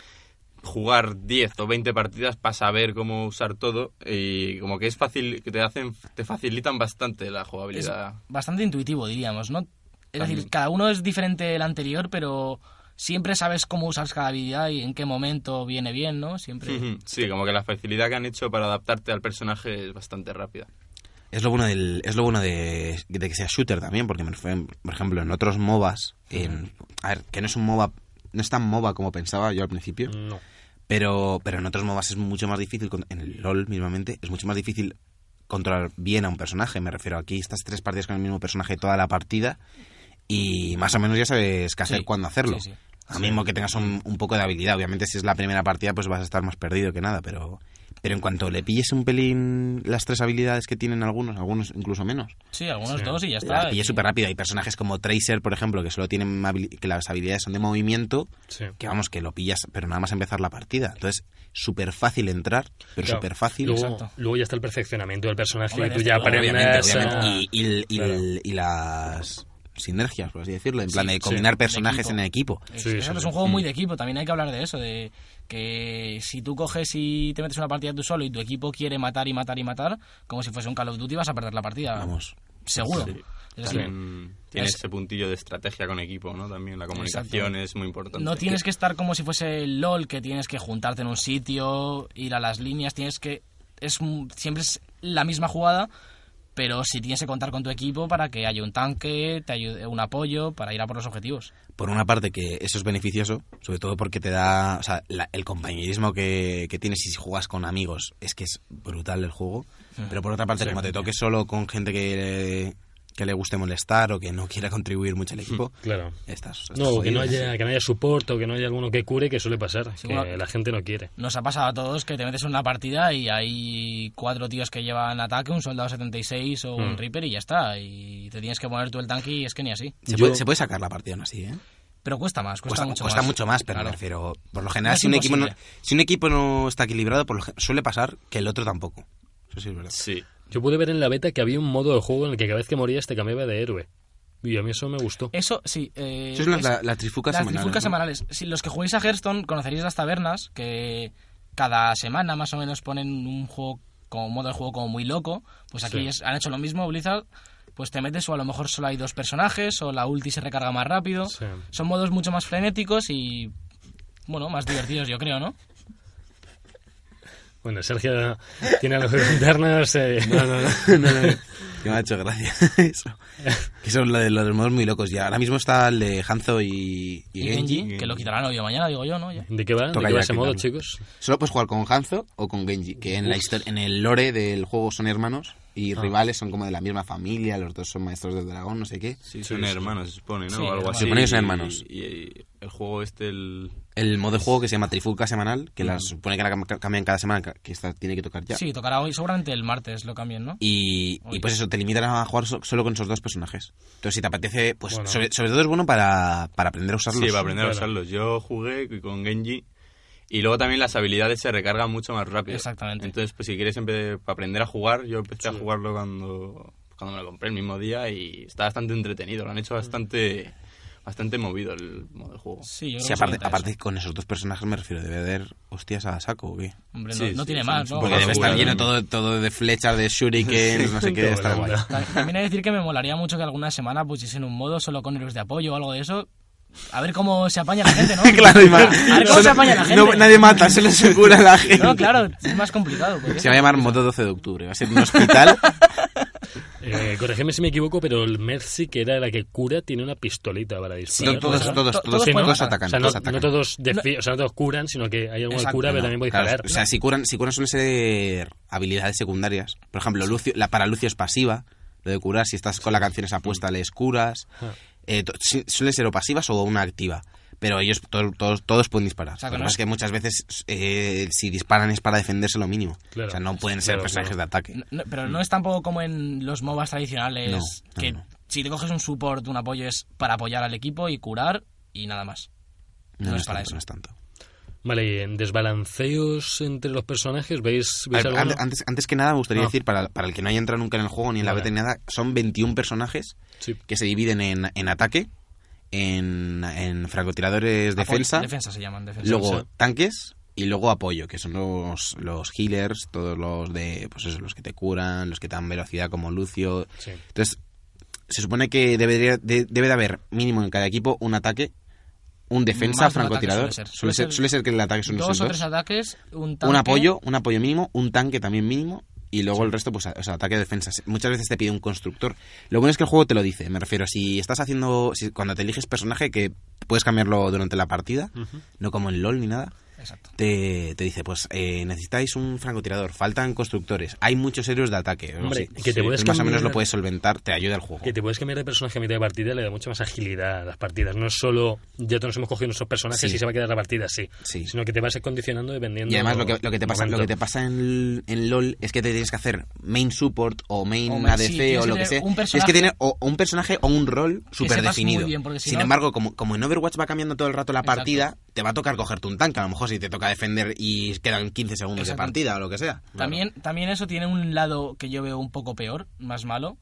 jugar 10 o 20 partidas para saber cómo usar todo y como que es fácil, que te hacen, te facilitan bastante la es jugabilidad. bastante intuitivo, diríamos, ¿no? Es También. decir, cada uno es diferente del anterior, pero siempre sabes cómo usar cada habilidad y en qué momento viene bien, ¿no? Siempre. Ujú, Sí, como que la facilidad que han hecho para adaptarte al personaje es bastante rápida. Es lo bueno, del, es lo bueno de, de que sea shooter también, porque, me refiero, por ejemplo, en otros MOBAs, en- a ver, que no es un MOBA, no es tan MOBA como pensaba yo al principio, No. pero, pero en otros MOBAs es mucho más difícil, con- en el LOL mismamente, es mucho más difícil controlar bien a un personaje. Me refiero aquí, estas tres partidas con el mismo personaje toda la partida y más o menos ya sabes qué hacer, Sí, cuándo hacerlo. sí, sí. A mismo que tengas un, un poco de habilidad, obviamente si es la primera partida pues vas a estar más perdido que nada, pero, Pero en cuanto le pilles un pelín las tres habilidades que tienen algunos, algunos incluso menos, Sí, algunos Sí. dos y ya está. la y- pillas súper rápido. Hay personajes como Tracer, por ejemplo, que solo tienen habili- que las habilidades son de movimiento, Sí. que vamos, que lo pillas, pero nada más empezar la partida. Entonces, súper fácil entrar, pero Claro. súper fácil. Luego, exacto. luego ya está el perfeccionamiento del personaje Hombre, y tú desde ya luego, aprendes Obviamente, a- obviamente. Y, y el- y eh, Claro. el- y las sinergias, por así decirlo, en Sí, plan de sí, combinar en personajes equipo. en el equipo. Es, Sí, es- sí, es sí. un juego muy Mm. de equipo, también hay que hablar de eso, de que si tú coges y te metes una partida tú solo y tu equipo quiere matar y matar y matar, como si fuese un Call of Duty vas a perder la partida. Vamos. Seguro. Es decir, También tiene Mm. Es- ese puntillo de estrategia con equipo, ¿no? También la comunicación Exacto. es muy importante. no tienes que estar como si fuese el LOL, que tienes que juntarte en un sitio, ir a las líneas, tienes que... es un- Siempre es la misma jugada, pero si tienes que contar con tu equipo para que haya un tanque, te ayude un apoyo, para ir a por los objetivos. por una parte que eso es beneficioso, sobre todo porque te da, o sea, la- el compañerismo que, que tienes y si juegas con amigos, es que es brutal el juego, Mm. pero por otra parte, como te toques solo con gente que, que le guste molestar o que no quiera contribuir Mm. mucho al equipo, Claro. estás, estás No, que jodido. no, haya, que no haya soporte o que no haya alguno que cure, que suele pasar, que bueno. la gente no quiere. Nos ha pasado a todos que te metes en una partida y hay cuatro tíos que llevan ataque, un soldado 76 o un Mm. Reaper y ya está. Y te tienes que poner tú el tanque y es que ni así. Se, Yo- puede, se puede sacar la partida aún así, ¿eh? Pero cuesta más, cuesta, Cuesta, mucho, cuesta más. pero Claro. me refiero, por lo general, No es si, un equipo no, imposible. si un equipo no está equilibrado, por lo gen- suele pasar que el otro tampoco. Eso sí es verdad. Sí. Yo pude ver en la beta que había un modo de juego en el que cada vez que morías te cambiaba de héroe. Y a mí eso me gustó. Eso sí. eh, Eso es la, es- la- la trifuca las semanal, trifulcas ¿no? semanales. Si los que juguéis a Hearthstone conoceréis las tabernas, que cada semana más o menos ponen un juego como modo de juego como muy loco. Pues aquí Sí. es- han hecho lo mismo Blizzard. Pues te metes o a lo mejor solo hay dos personajes o la ulti se recarga más rápido. Sí. Son modos mucho más frenéticos y bueno, más divertidos yo creo, ¿no? Bueno, Sergio tiene algo que contarnos. eh. (laughs) no, no, no. Que me ha hecho gracia (laughs) eso. Que son lo de los modos muy locos ya. Ahora mismo está el de Hanzo y, Y y Genji. Genji, que lo quitarán hoy o mañana, digo yo, ¿no? Ya. ¿De qué va? ¿De Toca qué va ya ese modo, quitarlo. chicos? Solo puedes jugar con Hanzo o con Genji, que en, la histo- en el lore del juego son hermanos y Ah. rivales, son como de la misma familia, los dos son maestros del dragón, no sé qué. Sí, son hermanos, se supone, ¿no? Sí, o algo hermanos. así. Se supone que son hermanos. Y, y el juego este, el... El modo de juego que se llama Trifulca Semanal, Mm. que la supone que la cam- cambian cada semana, ca- que esta tiene que tocar ya. Sí, tocará hoy, seguramente el martes lo cambien, ¿no? Y, y Oye. pues eso, te limitan a jugar so- solo con esos dos personajes. Entonces, si te apetece, pues Bueno. sobre, sobre todo es bueno para, para aprender a usarlos. Sí, para aprender a Claro. usarlos. Yo jugué con Genji y luego también las habilidades se recargan mucho más rápido. Exactamente. Entonces, pues si quieres empe- para aprender a jugar, yo empecé a jugarlo cuando, cuando me lo compré el mismo día y está bastante entretenido. Lo han Mm. hecho bastante, bastante movido el modo de juego. Sí, yo creo Sí, que aparte, solamente aparte con esos dos personajes me refiero, debe haber hostias a saco o qué. eso. Hombre, no, Sí, no sí, tiene sí, más, sí, ¿no? porque Porque debe estar jugar, lleno ¿no? todo, todo de flechas, de shurikens, no sé todo qué, debe estar (laughs) guay. volando. Ta- También hay que decir que me molaría mucho que alguna semana pusiesen un modo solo con héroes de apoyo o algo de eso. A ver cómo se apaña la (laughs) gente, ¿no? claro, y más- A ver cómo se apaña la gente. no, nadie mata, solo se cura la gente. No, claro, es más complicado. pues, ¿eh? porque- Se va a llamar modo 12 de octubre, va a ser un hospital. Eh, corregeme si me equivoco, pero el Mercy, que era la que cura, tiene una pistolita para disparar. No, todos, O sea, to- todos, todos, todos todos, pueden matar. atacan, o sea, no, todos atacan. no todos defi- o sea, no todos curan, sino que hay alguno que Exacto, cura, pero No, también puede claro, disparar. O sea, si curan, si curan suelen ser habilidades secundarias. Por ejemplo, Lucio, la para Lucio es pasiva, lo de curar, si estás con la canción esa puesta, les curas. Ah. Eh, to- si- suelen ser o pasivas o una activa. Pero ellos to- todos, todos pueden disparar. sea, que Lo que no pasa es- es que muchas veces eh, si disparan es para defenderse lo mínimo. Claro. O sea, no pueden ser Claro, personajes claro. de ataque. No- no, pero no es tampoco como en los MOBAs tradicionales, No, no, que no. si te coges un support, un apoyo, es para apoyar al equipo y curar y nada más. No es para tanto, eso. no es tanto. Vale, y en desbalanceos entre los personajes, ¿veis, A veis ver, alguno? an- antes, antes que nada, me gustaría Ah. decir, para, para el que no haya entrado nunca en el juego ni en la Vale. beta ni nada, son 21 personajes Sí. que se dividen en, en ataque, en, en francotiradores Apoyo- defensa, Defensa se llaman, defensa. luego tanques y luego apoyo, que son los, los healers, todos los de, pues eso, los que te curan, los que te dan velocidad como Lucio. Sí. Entonces, se supone que debería, de- debe de haber mínimo en cada equipo un ataque, un defensa, Más de un ataque francotirador. suele ser. Suele ser, suele ser que el ataque son dos esos o dos tres ataques, un tanque. un apoyo, un apoyo mínimo, un tanque también mínimo y luego el resto, pues, a- o sea, ataque defensa. Muchas veces te pide un constructor. Lo bueno es que el juego te lo dice, me refiero, si estás haciendo, si- cuando te eliges personaje, que puedes cambiarlo durante la partida, no como en LOL ni nada, Exacto. te, te dice, pues eh, necesitáis un francotirador, faltan constructores, hay muchos héroes de ataque. o algo Hombre, así. que te puedes Entonces, más o menos cambiar- lo puedes solventar, te ayuda el juego. Que te puedes cambiar de personaje a mitad de partida le da mucha más agilidad a las partidas. No es solo ya todos hemos cogido nuestros personajes Sí. y se va a quedar la partida así, Sí. sino que te vas condicionando dependiendo. Y además lo que, lo que te del pasa, lo que momento. te pasa en, en LOL es que te tienes que hacer main support o main Oh. O main- ADC sí, tienes o que lo que tener sea. un Tienes personaje- que tener o o un personaje o un rol súper definido. muy bien, porque si Sin no- embargo, como, como en Overwatch va cambiando todo el rato la Exacto. partida, te va a tocar cogerte un tanque. A lo mejor si te toca defender y quedan 15 segundos de Exacto. partida o lo que sea. También, también eso tiene un lado que yo veo un poco peor, más malo,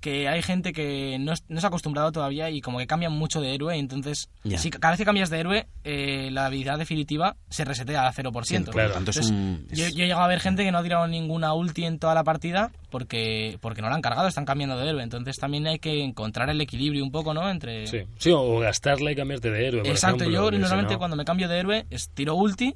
que hay gente que no, es- no se ha acostumbrado todavía y como que cambian mucho de héroe, entonces Ya. si cada vez que cambias de héroe, eh, la habilidad definitiva se resetea a 0%. Siento, claro. Por lo tanto, es Entonces, un- es- yo, yo he llegado a ver gente que no ha tirado ninguna ulti en toda la partida porque, porque no la han cargado, están cambiando de héroe. Entonces también hay que encontrar el equilibrio un poco, ¿no? Entre... Sí. Sí, o gastarla y cambiarte de héroe. por Exacto, ejemplo, yo que si normalmente no- cuando me cambio de héroe es tiro ulti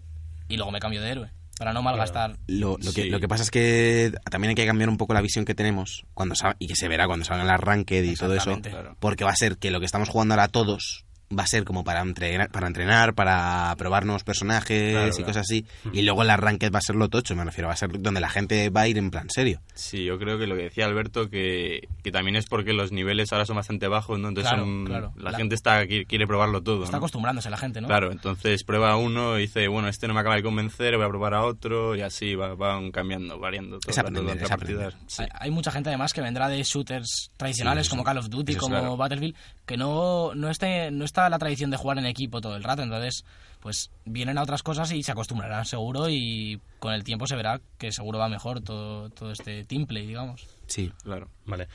y luego me cambio de héroe para no malgastar. Lo, lo que, Sí. lo que pasa es que también hay que cambiar un poco la visión que tenemos cuando sa- y que se verá cuando salga el arranque y todo eso, Exactamente. Claro. porque va a ser que lo que estamos jugando ahora todos va a ser como para entrenar, para entrenar, para probar nuevos personajes Claro, y claro. cosas así, y luego el arranque va a ser lo tocho, me refiero, va a ser donde la gente va a ir en plan serio. Sí, yo creo que lo que decía Alberto, que, que también es porque los niveles ahora son bastante bajos, ¿no? Entonces Claro, son- claro. la, La- gente está qui- quiere probarlo todo. Está ¿no? acostumbrándose la gente, ¿no? Claro, entonces prueba uno y dice, bueno, este no me acaba de convencer, voy a probar a otro y así va- van cambiando, variando todo. Es el rato aprender, durante es la aprender. partida. Sí. Hay, hay mucha gente además que vendrá de shooters tradicionales Sí, como Call of Duty, eso es como claro. Battlefield, que no, no, esté, no está la tradición de jugar en equipo todo el rato. Entonces, pues vienen a otras cosas y se acostumbrarán seguro y con el tiempo se verá que seguro va mejor todo, todo este teamplay, digamos. Sí. Claro. Vale.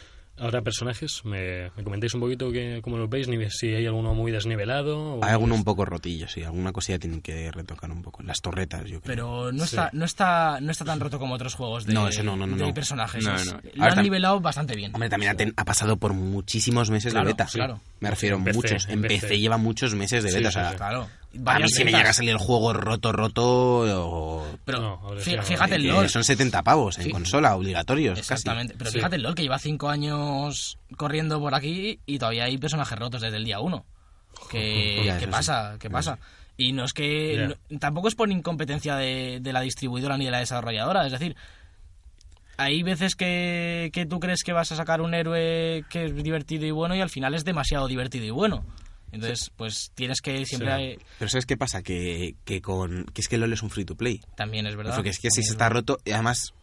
Ahora, personajes, me, me comentáis un poquito que, cómo los veis, ni- si hay alguno muy desnivelado. o- Hay alguno un poco rotillo, sí, alguna cosilla tienen que retocar un poco, las torretas, yo creo. Pero no está, no está, no está tan roto como otros juegos de, No, eso no, no, no, de no. personajes. No, Es- no. A Lo ver, han tam- nivelado bastante bien. Hombre, también ha, ten- ha pasado por muchísimos meses Claro, de beta. claro. Me refiero En PC, muchos. en En PC, PC. lleva muchos meses de Sí, beta. o sí, sea, sí. Claro. A mí Varias si me ventas. llega a salir el juego roto, roto, o- Pero No, ahora fí- sí, ahora fíjate el eh, LOL. son 70 pavos en Sí. consola, obligatorios. casi. Exactamente. Pero Sí. fíjate el LOL que lleva cinco años corriendo por aquí y todavía hay personajes rotos desde el día uno. Que, Ya, ¿qué pues eso pasa? ¿Qué pasa? Y no es que. Ya. no- tampoco es por incompetencia de, de la distribuidora ni de la desarrolladora. Es decir, hay veces que, que tú crees que vas a sacar un héroe que es divertido y bueno y al final es demasiado divertido y bueno. Entonces, pues tienes que siempre. Pero ¿sabes qué pasa? Que, que, con, que es que LOL es un free to play. También es verdad. Porque es que si También se es está verdad. roto, y además,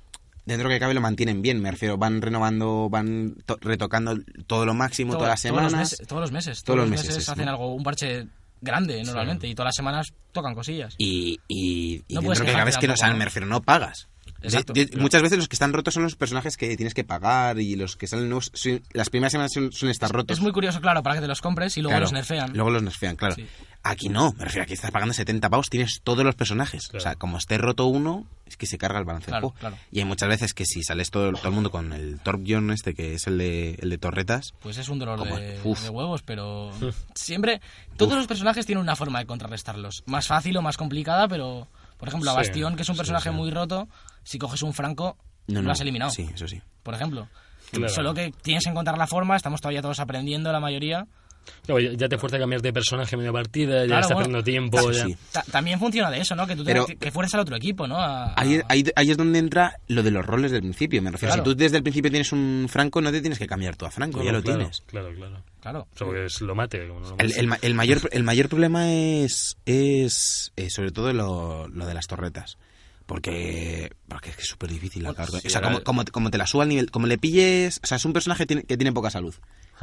dentro que cabe lo mantienen bien, me refiero. Van renovando, van to- retocando todo lo máximo, Todo- todas las todos los semanas. meses- Todos los meses. Todos los meses, hacen ¿no? algo, un parche grande normalmente y todas las semanas tocan cosillas. Y, y, y No puedes dentro que quejarte cabe es que no, o sea, tampoco, ¿no? me refiero, no pagas. Exacto, De- de- claro. Muchas veces los que están rotos son los personajes que tienes que pagar y los que salen nuevos. sí, las primeras semanas son, son estar rotos. Es muy curioso, claro, para que te los compres y luego Claro, los nerfean. Luego los nerfean, claro. Sí. Aquí no, me refiero, aquí estás pagando 70 pavos, tienes todos los personajes. Claro. O sea, como esté roto uno, es que se carga el balance del Claro, juego. claro. Y hay muchas veces que si sales todo, todo el mundo con el Torbjorn este, que es el de, el de torretas, Pues es un dolor Como- de, uf. de huevos, (laughs) pero (laughs) siempre. Todos los personajes tienen una forma de contrarrestarlos. Más fácil o más complicada, pero. Por ejemplo, a Sí, Bastión, que es un sí, personaje sí. muy roto, si coges un Franco, no, lo no. has eliminado. Sí, eso sí. Por ejemplo. Claro. Solo que tienes que encontrar la forma, estamos todavía todos aprendiendo, la mayoría. Claro, ya- ya te fuerza a cambiar de personaje en media partida, ya Claro, está bueno. perdiendo tiempo. Sí, ya- sí. Ta- también funciona de eso, ¿no? Que tú te- Pero- que fuerzas al otro equipo, ¿no? A- a- Ahí, ahí- ahí es donde entra lo de los roles del principio. Me refiero, Claro. si tú desde el principio tienes un Franco, no te tienes que cambiar tú a Franco, ya Bueno, lo claro, tienes. Claro, claro. Claro. O sea, que es lo mate. como no lo El, mate. el ma- el mayor, el mayor problema es, es, eh, sobre todo lo, lo de las torretas. Porque, porque es que es súper difícil la carga. sí, o sea, ahora- como, como, te- como te la suba al nivel, como le pilles. O sea, es un personaje que tiene, que tiene poca salud.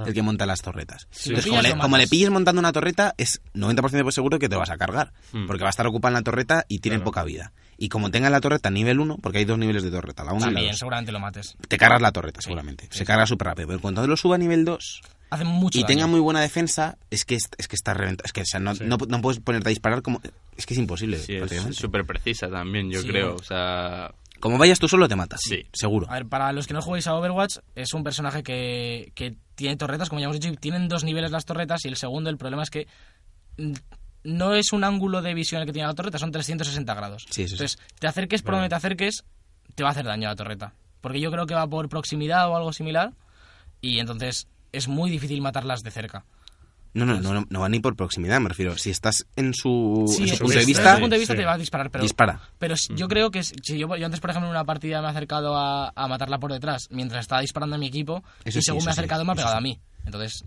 El que monta las torretas. Ah. Sí. Entonces, Lo como, pillas, le, lo como le matas. pilles montando una torreta, es 90% seguro que te lo vas a cargar. Mm. Hmm. Porque va a estar ocupada en la torreta y tiene poca vida. Y como tenga la torreta nivel 1, porque hay dos niveles de torreta, la 1 y la También, dos, seguramente lo mates. te cargas la torreta seguramente. Se carga súper rápido. Pero cuando lo suba a nivel 2, Hacen mucho. y daño. tenga muy buena defensa, es que, es es que está reventado. Es que o sea, no, no, no puedes ponerte a disparar como. Es que es imposible. Sí, es prácticamente. súper precisa también, yo Sí. creo. O sea, Como vayas tú solo, te matas. Sí. Seguro. A ver, para los que no juguéis a Overwatch, es un personaje que, que tiene torretas, como ya hemos dicho, y tienen dos niveles las torretas, y el segundo, el problema es que mm, no es un ángulo de visión el que tiene la torreta, son 360 grados. Sí, eso sí. Entonces, te acerques por donde te acerques, te va a hacer daño la torreta. Porque yo creo que va por proximidad o algo similar, y entonces es muy difícil matarlas de cerca. No, no, no, no va ni por proximidad, me refiero. Si estás en su, Sí, en su es- este, Uh, punto de desde vista, ese punto de vista Sí. te va a disparar, pero... dispara. Pero si- yo creo que es- si yo, yo antes, por ejemplo, en una partida me he acercado a, a matarla por detrás mientras estaba disparando a mi equipo Eso y sí, según eso me he sí, acercado me ha eso pegado sí. a mí. Entonces,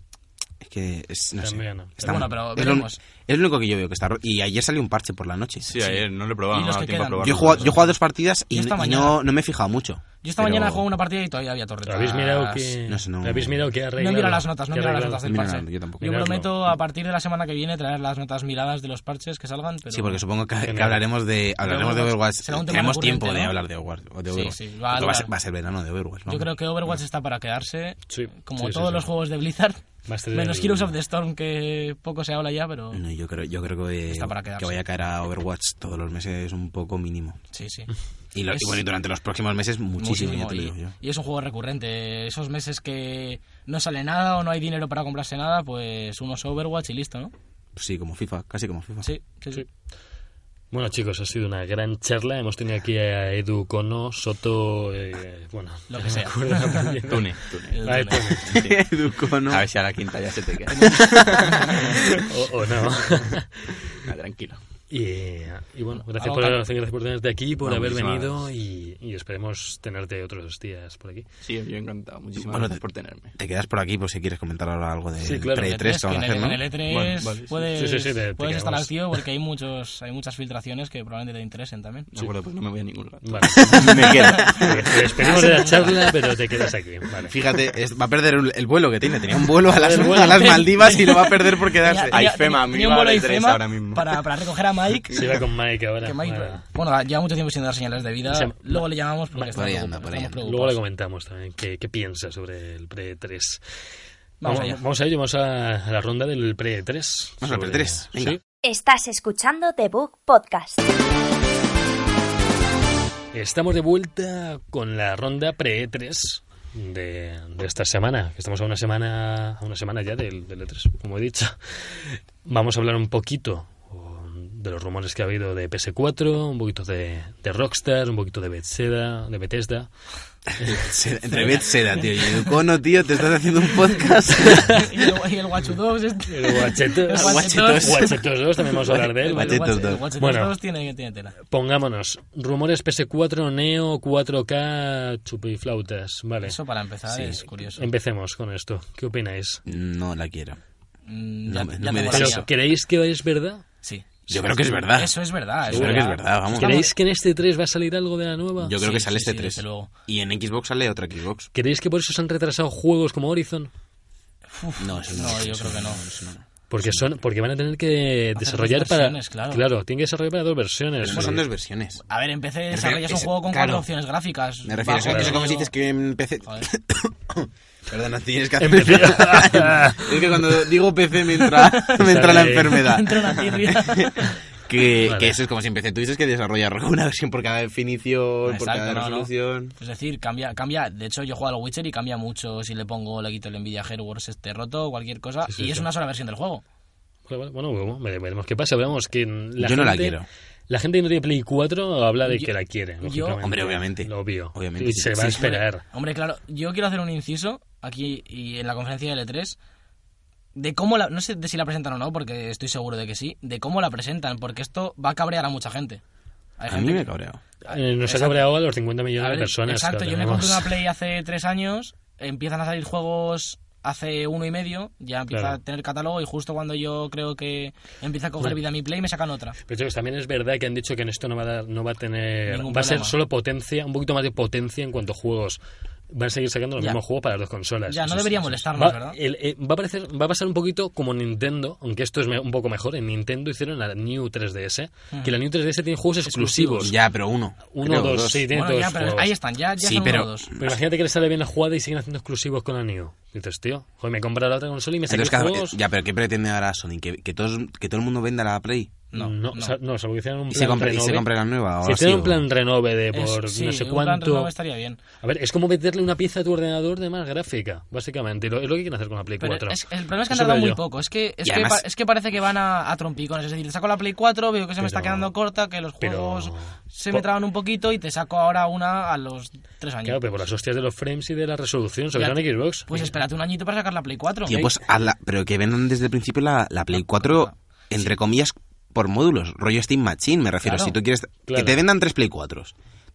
Es que es, no sé. También, ¿no? Está Bueno, mal. pero es, lo, veremos. es lo único que yo veo que está ro- Y ayer salió un parche por la noche. Sí, ayer no lo he probado, ¿Y no he los dado que tiempo a quedan? probarlo. Yo he jugado, yo he jugado dos partidas y, Yo esta y mañana. no, no me he fijado mucho. yo esta Pero- mañana he jugado una partida y todavía había torreta. ¿Habéis mirado que No sé, no. ¿Habéis mirado que ha No he arreglado? mirado las notas, no he que ha mirado las arreglado? notas del Mira, parche. no, yo tampoco. Yo Mirarlo. prometo a partir de la semana que viene traer las notas miradas de los parches que salgan, pero... Sí, porque supongo que, que Genial. hablaremos de hablaremos de Overwatch. Overwatch. Será un tema Tenemos recurrente, tiempo de ¿no? hablar de Overwatch. o de Sí, Overwatch. sí, va a Porque va, a ser, durar. va a ser verano de Overwatch. Yo vamos. creo que Overwatch está para quedarse, Sí, como sí, todos sí, los sí. juegos de Blizzard, Va a ser eh. menos el- Heroes of the Storm, que poco se habla ya, pero... No, yo creo, yo creo que, Está para que quedarse. vaya a caer a Overwatch todos los meses un poco mínimo. Sí, (laughs) sí. Y, lo- y Es- bueno, y durante los próximos meses muchísimo, ya te lo y- digo yo. y, es un juego recurrente. Esos meses que no sale nada o no hay dinero para comprarse nada, pues unos Overwatch y listo, ¿no? Sí, como FIFA, casi como FIFA. Sí, sí, sí. Sí. Bueno, chicos, ha sido una gran charla. Hemos tenido aquí a Edu Cono, Soto, eh, bueno, no Lo que me sea. acuerdo muy (laughs) bien. Tune, tune. El Ah, túnel. Tune. Educono. A ver si a la quinta ya se te queda. (laughs) o, o no. (laughs) Ah, tranquilo. Y, eh, y bueno, gracias Algo por, tan- gracias por tenerte aquí, por Bueno, haber muchísimas venido y, y esperemos tenerte otros días por aquí. Sí, yo encantado. Muchísimas Bueno, gracias te- por tenerme. Te quedas por aquí por si quieres comentar ahora algo de Sí, claro. El E 3 que van a que en hacer, el- ¿no? en el E3 Bueno, vale, sí. puedes, Sí, sí, sí, te- te puedes estar quedamos. al tío porque hay, muchos, hay muchas filtraciones que probablemente te interesen (laughs) también. De acuerdo, pues no me voy a ningún lado. (laughs) Vale. Me quedo. Te- (laughs) te despedimos de la charla, pero te quedas aquí. Vale. Fíjate, es- va a perder el, el vuelo que tiene. Tenía un vuelo a las, El vuelo. a las Maldivas eh, y lo va a (laughs) perder por Tenía- quedarse. tenía- Hay Fema, tenía a mí un va vuelo de y tres Fema ahora mismo. Para, para recoger a (laughs) Mike. Se va con Mike ahora. que Mike- Bueno, bueno, lleva mucho tiempo sin dar señales de vida. Se- Luego le llamamos porque Por ahí estamos anda, por ahí estamos anda. Luego le preocupados. comentamos también qué, qué piensa sobre el pre-3. Vamos allá. vamos a ello, vamos a, a la ronda del pre-3. Vamos al Sobre- pre-3, venga. Sí. Estás escuchando The Book Podcast. Estamos de vuelta con la ronda pre-E3 de, de esta semana, que estamos a una semana, a una semana ya del, del E3, como he dicho. Vamos a hablar un poquito o, de los rumores que ha habido de PS4, un poquito de, de Rockstar, un poquito de Bethesda, de Bethesda. Seda- Entre Beth Seda, tío, y Educono, tío, te estás haciendo un (laughs) podcast. y el, y el (laughs) Guachu 2 este- El Watchetos. Watchetos. (laughs) Watchetos 2, también vamos a hablar de él. El Watchetos. Watch- el dos. Watch 2 Bueno. tiene, tiene tela. Pongámonos, rumores PS4, Neo, 4K, chupiflautas, vale. Eso para empezar Sí. es curioso. Empecemos con esto. ¿Qué opináis? (laughs) No la quiero. Mm, No ya, me- ya no me tengo la ¿Pero mía. ¿Creéis que es verdad? Sí. Yo creo que es verdad. Eso es verdad. Yo creo que Pues es verdad, vamos. ¿Creéis que en este 3 va a salir algo de la nueva? Yo creo Sí, que sale sí, este sí, 3. desde luego. Y en Xbox sale otra Xbox. ¿Creéis que por eso se han retrasado juegos como Horizon? Uf, No, eso no. no, yo eso creo que no. eso no. Porque son, porque van a tener que dos desarrollar para. versiones, claro. tienen que desarrollar para dos versiones. Pero no son dos versiones. A ver, empecé desarrollas un es- juego con claro. cuatro opciones gráficas. Me refiero bajo a eso, de como si ello. dices que en PC... (laughs) Joder. Perdona, tienes que En hacer... vez de- (laughs) (laughs) es que cuando digo PC me (laughs) entra, me entra la Sale- enfermedad. Entra (laughs) una tirria. Que, Vale. que eso es como si empecé. Tú dices que desarrollar una versión por cada definición, por Exacto, no, cada no. resolución. Es decir, cambia, cambia. De hecho, yo juego al Witcher y cambia mucho si le pongo, le quito el Nvidia Wars este roto o cualquier cosa. Sí, sí, y es sí. una sola versión del juego. Bueno, Pues bueno, bueno, vere- veremos qué pasa. Veremos que la Yo no la gente- quiero. La gente que no tiene Play 4 habla de Yo- que la quiere. yo- lógicamente. Hombre, obviamente. Lo obvio. Obviamente, y sí, se sí, va a sí. esperar. Hombre, claro, yo quiero hacer un inciso aquí y en la conferencia de L3 de cómo la, no sé de si la presentan o no, porque estoy seguro de que sí, de cómo la presentan, porque esto va a cabrear a mucha gente. Hay A gente mí me que- cabreo. Eh, nos ha Exacto. cabreado a los 50 A millones de ver, personas. Exacto, que yo me tenemos. compré una Play hace tres años, empiezan a salir juegos hace uno y medio, ya empieza Claro. a tener catálogo y justo cuando yo creo que empieza a coger Bueno. vida mi Play me sacan otra. Pero chicos, también es verdad que han dicho que en esto no va a, dar, no va a tener. Ningún va a ser problema. solo potencia, un poquito más de potencia en cuanto a juegos. Van a seguir sacando los Ya. mismos juegos para las dos consolas. Ya, no Eso es- debería eso es- molestarnos, va, ¿verdad? el- eh, va, a parecer, va a pasar un poquito como Nintendo, aunque esto es me- un poco mejor. En Nintendo hicieron la New 3DS, que la New 3DS tiene juegos exclusivos. Ya, pero uno. Uno, Creo, dos, sí, tiene Bueno, todos ya, los pero juegos. ahí están, ya, ya Sí, son pero- uno o dos. Pero imagínate que le sale bien la jugada y siguen haciendo exclusivos con la New. Dices, tío, joder, me he comprado la otra consola y me Pero saqué es que- juegos. ya, pero ¿qué pretende ahora Sony? ¿Que, que, todos- que todo el mundo venda la Play? No, No, no. sa- no, salvo que hicieran un Y plan se compra, y renove. se compra la nueva. Si ahora hicieran sí, un o- plan renove de Es- por sí, no sé un plan renove cuánto... estaría bien. A ver, es como meterle una pieza a tu ordenador de más gráfica, básicamente. Lo- es lo que quieren hacer con la Play Pero 4. es- el problema es que han Eso tardado veo muy yo. poco. Es que, es, Y que, además- pa- es que parece que van a, a trompicones. Es decir, saco la Play 4, veo que se me está Pero- quedando corta, que los pero- juegos se me po- traban un poquito y te saco ahora una a los tres años. Claro, pero eh, por las hostias de los frames y de la resolución, sobre Ya todo en te- Xbox. Pues espérate un añito para sacar la Play ¿eh? 4. Tío, pues hazla- pero que vendan desde el principio la, la Play 4, Ah, entre comillas, por módulos. Rollo Steam Machine, me refiero. Claro. Si tú quieres. Claro. Que te vendan tres Play 4.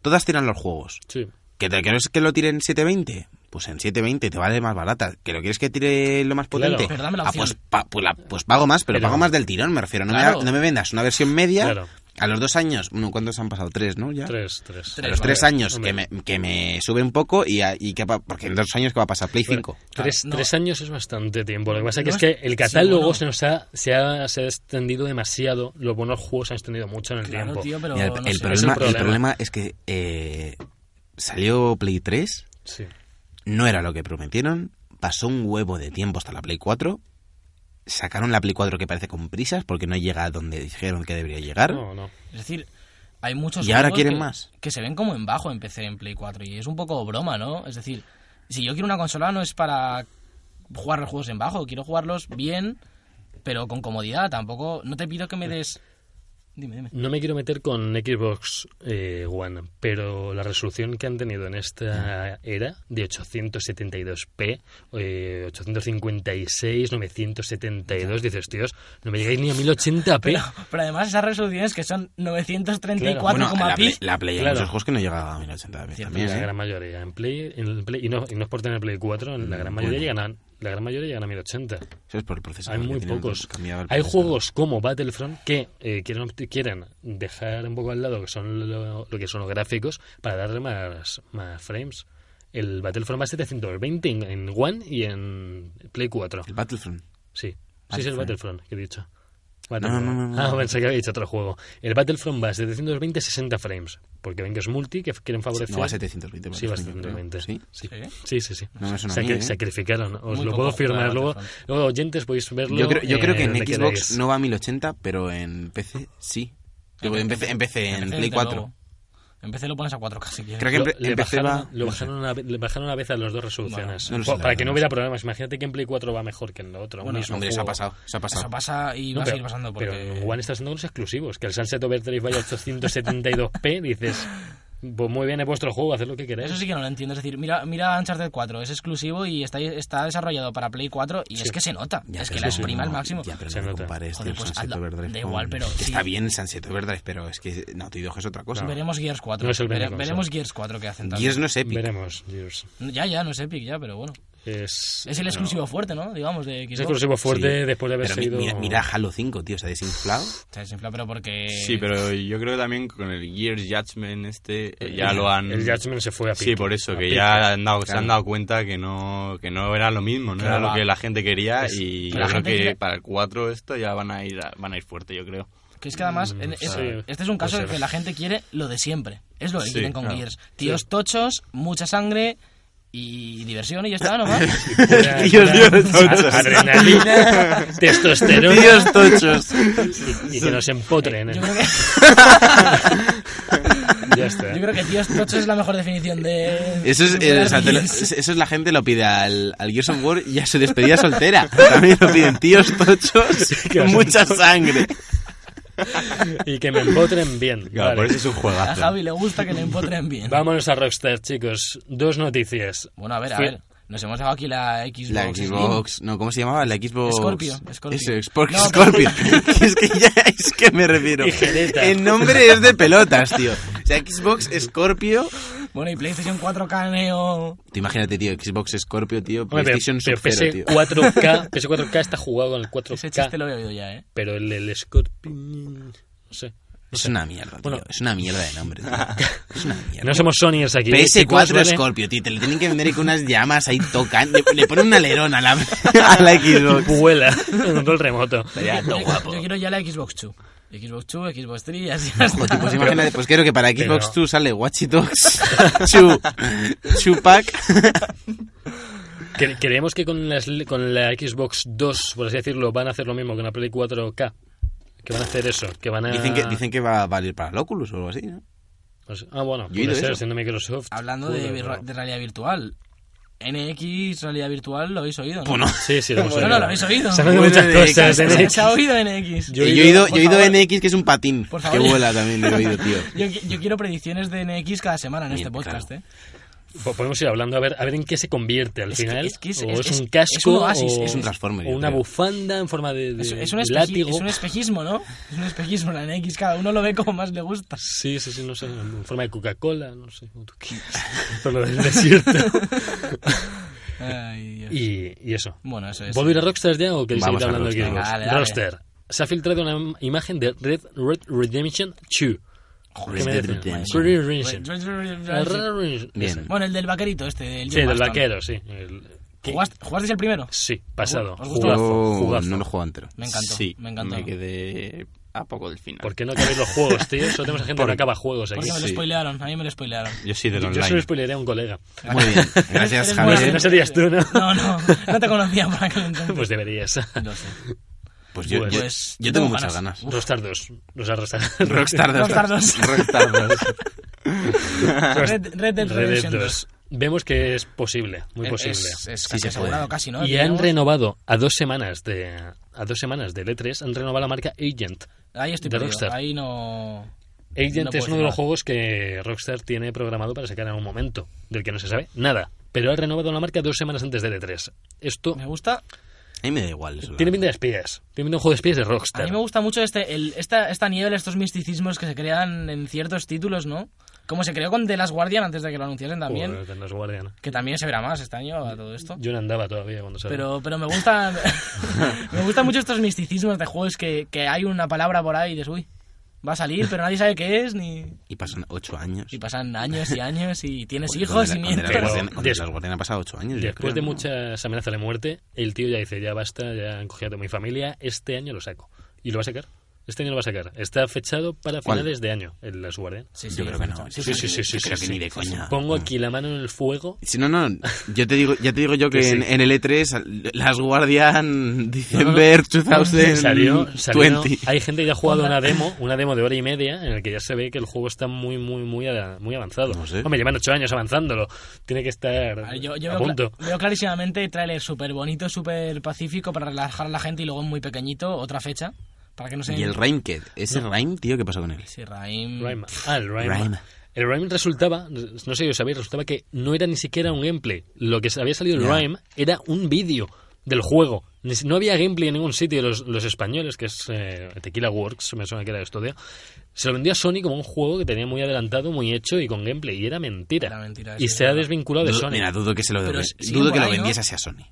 Todas tiran los juegos. Sí. ¿Que te quieres que lo tire en 720? Pues en 720 te vale más barata. ¿Que lo quieres que tire lo más Claro. potente? Pero dame la Ah, pues, opción. pa- pues, la- pues pago más, pero, Pero- pago más del tirón, me refiero. No, Claro. me, no me vendas una versión media. Claro. A los dos años, bueno, ¿cuántos han pasado? Tres, ¿no? Ya. Tres, tres. A Tres, los tres vale. años que Hombre. me, que me sube un poco y, a- y que pa- porque en dos años que va a pasar Play 5. Tres, Ah, no. tres años es bastante tiempo. Lo que pasa No es que es- es que el catálogo sí, bueno. se nos ha, se ha, se ha extendido demasiado. Los buenos juegos se han extendido mucho en el Claro, tiempo. tío, pero Mira, el, no el sé. problema, Es el el problema. problema es que eh, salió Play 3, Sí. no era lo que prometieron, pasó un huevo de tiempo hasta la Play 4, sacaron la Play 4 que parece con prisas porque no llega a donde dijeron que debería llegar. No, no. Es decir, hay muchos Y ahora juegos quieren que, más. que se ven como en bajo en PC en Play 4 y es un poco broma, ¿no? Es decir, si yo quiero una consola no es para jugar los juegos en bajo, quiero jugarlos bien, pero con comodidad, tampoco no te pido que me des Dime, (laughs) dime. No me quiero meter con Xbox eh, One, pero la resolución que han tenido en esta Mm. era de 872p, eh, 856, 972, dices, tíos, no me llegáis ni a 1080p. Pero, pero además esas resoluciones que son 934, Bueno, la coma Play, pi, la Play hay Claro. muchos juegos que no llega a 1080 Cierto, también, la ¿eh? gran mayoría. En Play, en el Play- y, no, y no es por tener Play 4, Mm, en la gran mayoría bueno. llegan a, la gran mayoría llegan a 1080. Eso es por el procesador Hay que muy tienen, pocos. cambiaba el Hay procesador. juegos como Battlefront que eh, quieren, opt- quieren dejar un poco al lado que son lo, lo que son los gráficos para darle más, más frames. El Battlefront va a 720 en, en One y en Play 4. El Battlefront. Sí, sí es el Battlefront que he dicho. No, no, no, no. Ah, pensé que había dicho otro juego. El Battlefront va a 720 60 frames. Porque ven que es multi, que quieren favorecer. No va a 720. Sí, va a Battlefront, creo. 720. ¿Sí? sí, ¿Sí? sí. sí, sí. No me suena a Sacri- mí, ¿eh? Sacrificaron, os Muy lo poco puedo jugada firmar. de Luego, Battlefront. luego, oyentes, podéis verlo. Yo creo, yo creo eh, que en donde Xbox queráis. no va a 1080, pero en PC sí. Digo, en PC, en, PC, en desde Play 4. luego. En PC lo pones a 4K si quieres. Creo que en, Lo- pre- le en PC bajaron, va. lo no sé. bajaron una, ve- le bajaron una vez a las dos resoluciones. Bueno, no lo sé, Po- para la verdad, que no no hubiera problemas. Imagínate que en Play 4 va mejor que en lo otro. Bueno, mismo Hombre, eso juego. ha pasado. Eso ha pasado. Eso pasa y No, va a pero- seguir pasando pero porque en One está haciendo los exclusivos. Que el Sunset Overdrive vaya a 872p, (laughs) dices, pues muy bien, es vuestro juego, haced lo que queráis. Eso sí que no lo entiendo. Es decir, mira, mira Uncharted 4, es exclusivo y está, está desarrollado para Play 4 y es que se nota. Ya, es pero que la no, exprima al no, máximo. Ya, pero Se no me nota. compares, Joder, tío, pues Sunset hazla. Overdrive Da con- igual, pero Está sí. bien Sunset Overdrive, pero es que no, te digo que es otra cosa. Pues Veremos Gears 4. No es el Vere- Benny veremos Console. Gears 4 que hacen también. Gears no es Epic. Veremos, Gears. Ya, ya, no es Epic ya, pero bueno. Es, Es el exclusivo fuerte, ¿no? Digamos, de Xbox. es exclusivo fuerte Sí. después de haber Pero mi- sido. mira, mira Halo 5, tío, se ha desinflado. Se desinfla, pero porque... Sí, pero yo creo que también con el Gears Judgment este eh, ya lo han... El Judgment se fue a pique. Sí, por eso, a que pique. ya han dado- se Claro. han dado cuenta que no, que no era lo mismo, no Claro. era lo que la gente quería Es- y que yo la creo gente que quiere- para el 4 esto ya van a ir a- van a ir fuerte, yo creo. Que es que además, Mm, en- es- sí. este es un caso Puede en que ser. la gente quiere lo de siempre. Es lo que Sí, quieren con claro. Gears. Tíos tochos, mucha sangre y diversión y ya está, nomás. Pura- Dios, pura Dios, tochos. Adrenalina, testosterona. Dios tochos. y que nos empotren. ¿eh? Yo creo que... Ya está. ¿eh? Yo creo que tíos tochos es la mejor definición de. Eso es, de eh, o sea, te lo- Gears. eso es la gente lo pide al, al Gears of War y a su despedida soltera. También lo piden tíos tochos os- con mucha sangre. Y que me empotren bien. Vale. por pues. eso es un A juegazo. Javi le gusta que le empotren bien. Vámonos a Rockstar, chicos. Dos noticias. Bueno, a ver, a Fue- ver. Nos hemos dado aquí la Xbox. La Slim. Xbox, no, ¿cómo se llamaba? La Xbox. Scorpio, Scorpio. Eso, Xbox No, Scorpio. (laughs) es que ya es que me refiero. Tijereta. El nombre es de pelotas, tío. O sea, Xbox Scorpio. Bueno, y PlayStation 4K Neo. Tú imagínate, tío, Xbox Scorpio, tío, Hombre, pero- PlayStation pero Sub-Zero, tío. PS4K, PS4K está jugado con el Ese chiste 4K, lo había oído ya, ¿eh? pero el, el Scorpion... No sé. Es una mierda, tío. Bueno. Es una mierda de (laughs) nombre, tío. Es una mierda. No somos Sonyers aquí. ¿eh, chicos, PS4 ¿vale? Scorpio, tío, te le tienen que vender ahí con unas llamas ahí tocan, le, le ponen una alerón a la, a la Xbox. ¿eh? Vuela (laughs) en control remoto. Estaría todo Yo- guapo. Yo quiero ya la Xbox 2. Xbox 2, Xbox 3 y así hasta. Joder, pues imagínate, pues creo que para Xbox Pero- 2 sale Watch Dogs, (laughs) Chu, Chupac. Cre- ¿Creemos que con, las- con la Xbox 2, por así decirlo, van a hacer lo mismo que una Play 4K? Que van a hacer eso, que van a... Dicen Ah. que, dicen que va a valer para el Oculus o algo así, ¿no? O sea, Ah, bueno, Yo he puede oído ser, eso. siendo Microsoft. Hablando puede, de, pero- de realidad virtual, NX, realidad virtual, lo habéis oído, ¿no? Bueno, Sí, sí, lo hemos Bueno, oído. lo habéis oído. Se han oído Bueno, muchas de- cosas. de- ¿eh? Se ha oído NX. Yo yo he he oído- oído, por yo he oído favor. NX que es un patín Por que favor. vuela también, lo he (laughs) oído, tío. Yo, yo quiero predicciones de NX cada semana en este podcast, ¿eh? Po- pues Podemos ir hablando a ver, a ver en qué se convierte al Es que- final. es que es- o es- es, es- un es un casco, oasis, o es un Transformer, o yo una creo. bufanda en forma de, de- Es, es de un espeji- látigo. es un espejismo, ¿no? Es un espejismo la NX, cada uno lo ve como más le gusta. Sí, sí, sí, no sé, en forma de Coca-Cola, no sé, como tú quieras. (laughs) Por lo del desierto. Ay, Dios. y, y eso. Bueno, eso es. ¿Puedo ir a Rockstar ya o queréis Vamos seguir a hablando de Rockstar. Xbox? Venga, dale, dale. Rockstar. Se ha filtrado una im- imagen de Red, Red Redemption 2. ¿Qué me Red dicen? Redemption. Red Redemption. Red Redemption. Bien. Bueno, el del vaquerito este. El Sí, del Bastón. vaquero, sí. El- que- ¿Jugaste, jugasteis el primero? Sí, pasado. ¿Os gustó? Jugazo, Yo jugazo. no lo juego entero. Me encantó. Sí, me encantó. Me quedé a poco del final. ¿Por qué no acabéis los juegos, tío? Solo tenemos a gente que no acaba juegos aquí. Porque me lo Sí. spoilearon, a mí me lo spoilearon. Yo sí del Yo- Yo online. solo spoileré a un colega. (laughs) Muy bien, gracias Eres Si buena no Javier. gente. serías tú, ¿no? No, no, no te conocía por aquel entonces. Pues (laughs) deberías. Lo sé. Pues yo, yo- Pues- yo tengo tengo muchas ganas. ganas. Rockstar 2. Nos ha Rockstar. Rockstar dos. Rockstar dos. Rockstar dos. (laughs) Red, Red (laughs) Dead Red Dead Redemption 2. Vemos que es posible, muy Es- posible. Es, es Sí casi se asegurado, puede. casi, ¿no? y han Digamos. renovado a dos semanas de a dos semanas del E3 han renovado la marca Agent. Ahí estoy de perdido, Rockstar. ahí no... Agent No es puedes uno de los nada. juegos que Rockstar tiene programado para sacar en un momento, del que no se sabe nada. Pero ha renovado la marca dos semanas antes del E3. Esto Me gusta, (laughs) A mí me da igual eso. la tiene verdad. pinta de espías. Tiene pinta de un juego de espías de a Rockstar. mí me gusta mucho este, el, esta, esta niebla, estos misticismos que se crean en ciertos títulos, ¿no? Como se creó con The Last Guardian antes de que lo anunciasen también, Joder, los Guardian. que también se verá más este año a todo esto. Yo no andaba todavía cuando salió. Pero, pero (laughs) me gustan (laughs) me gustan mucho estos misticismos de juegos que, que hay una palabra por ahí y dices, uy, va a salir, pero nadie sabe qué es, ni... Y pasan ocho años. Y pasan años y años (laughs) y tienes Con- hijos y con el- con el Pero- nietos. Guardián- con des- el Guardián ha pasado ocho años. yo Después creo, de ¿no? muchas amenazas de muerte, el tío ya dice, ya basta, ya han cogido a mi familia, este año lo saco. Y lo va a sacar. Este año lo va a sacar. Está fechado para ¿Cuál? finales de año, el Last Guardian. Sí, Yo creo que no. Sí, Sí, sí, sí, sí, Yo creo sí, que sí. ni de coña. Pongo aquí la mano en el fuego. Si no, no, yo te digo, ya te digo yo que, Que sí. en, en el E3, al- las Guardian December 2020. Salió, salió. Hay gente que ya ha jugado una demo, una demo de hora y media, en la que ya se ve que el juego está muy, muy, muy, ada- muy avanzado. No sé. Hombre, llevan ocho años avanzándolo. Tiene que estar A ver, Yo, yo a veo, punto. cla- veo clarísimamente trailer súper bonito, súper pacífico para relajar a la gente y luego muy pequeñito, otra fecha, para que no se... Y el Rainked, ese Raim, tío, ¿qué pasó con él? Sí, Raim. Rayman. Ah, el Rayman. Rayman. El Rayman resultaba, no sé si lo sabéis, resultaba que no era ni siquiera un gameplay. Lo que había salido el Ya. Rayman era un vídeo del juego. Ni si- No había gameplay en ningún sitio. Los, los españoles, que es eh, Tequila Works, me suena que era el estudio, se lo vendió a Sony como un juego que tenía muy adelantado, muy hecho y con gameplay. Y era mentira. Era mentira, y sí, se ha verdad. desvinculado de Dudo- Sony. Mira, dudo que se lo Pero dudo si- siguen dudo por que lo ahí, ¿no? vendiese así a Sony.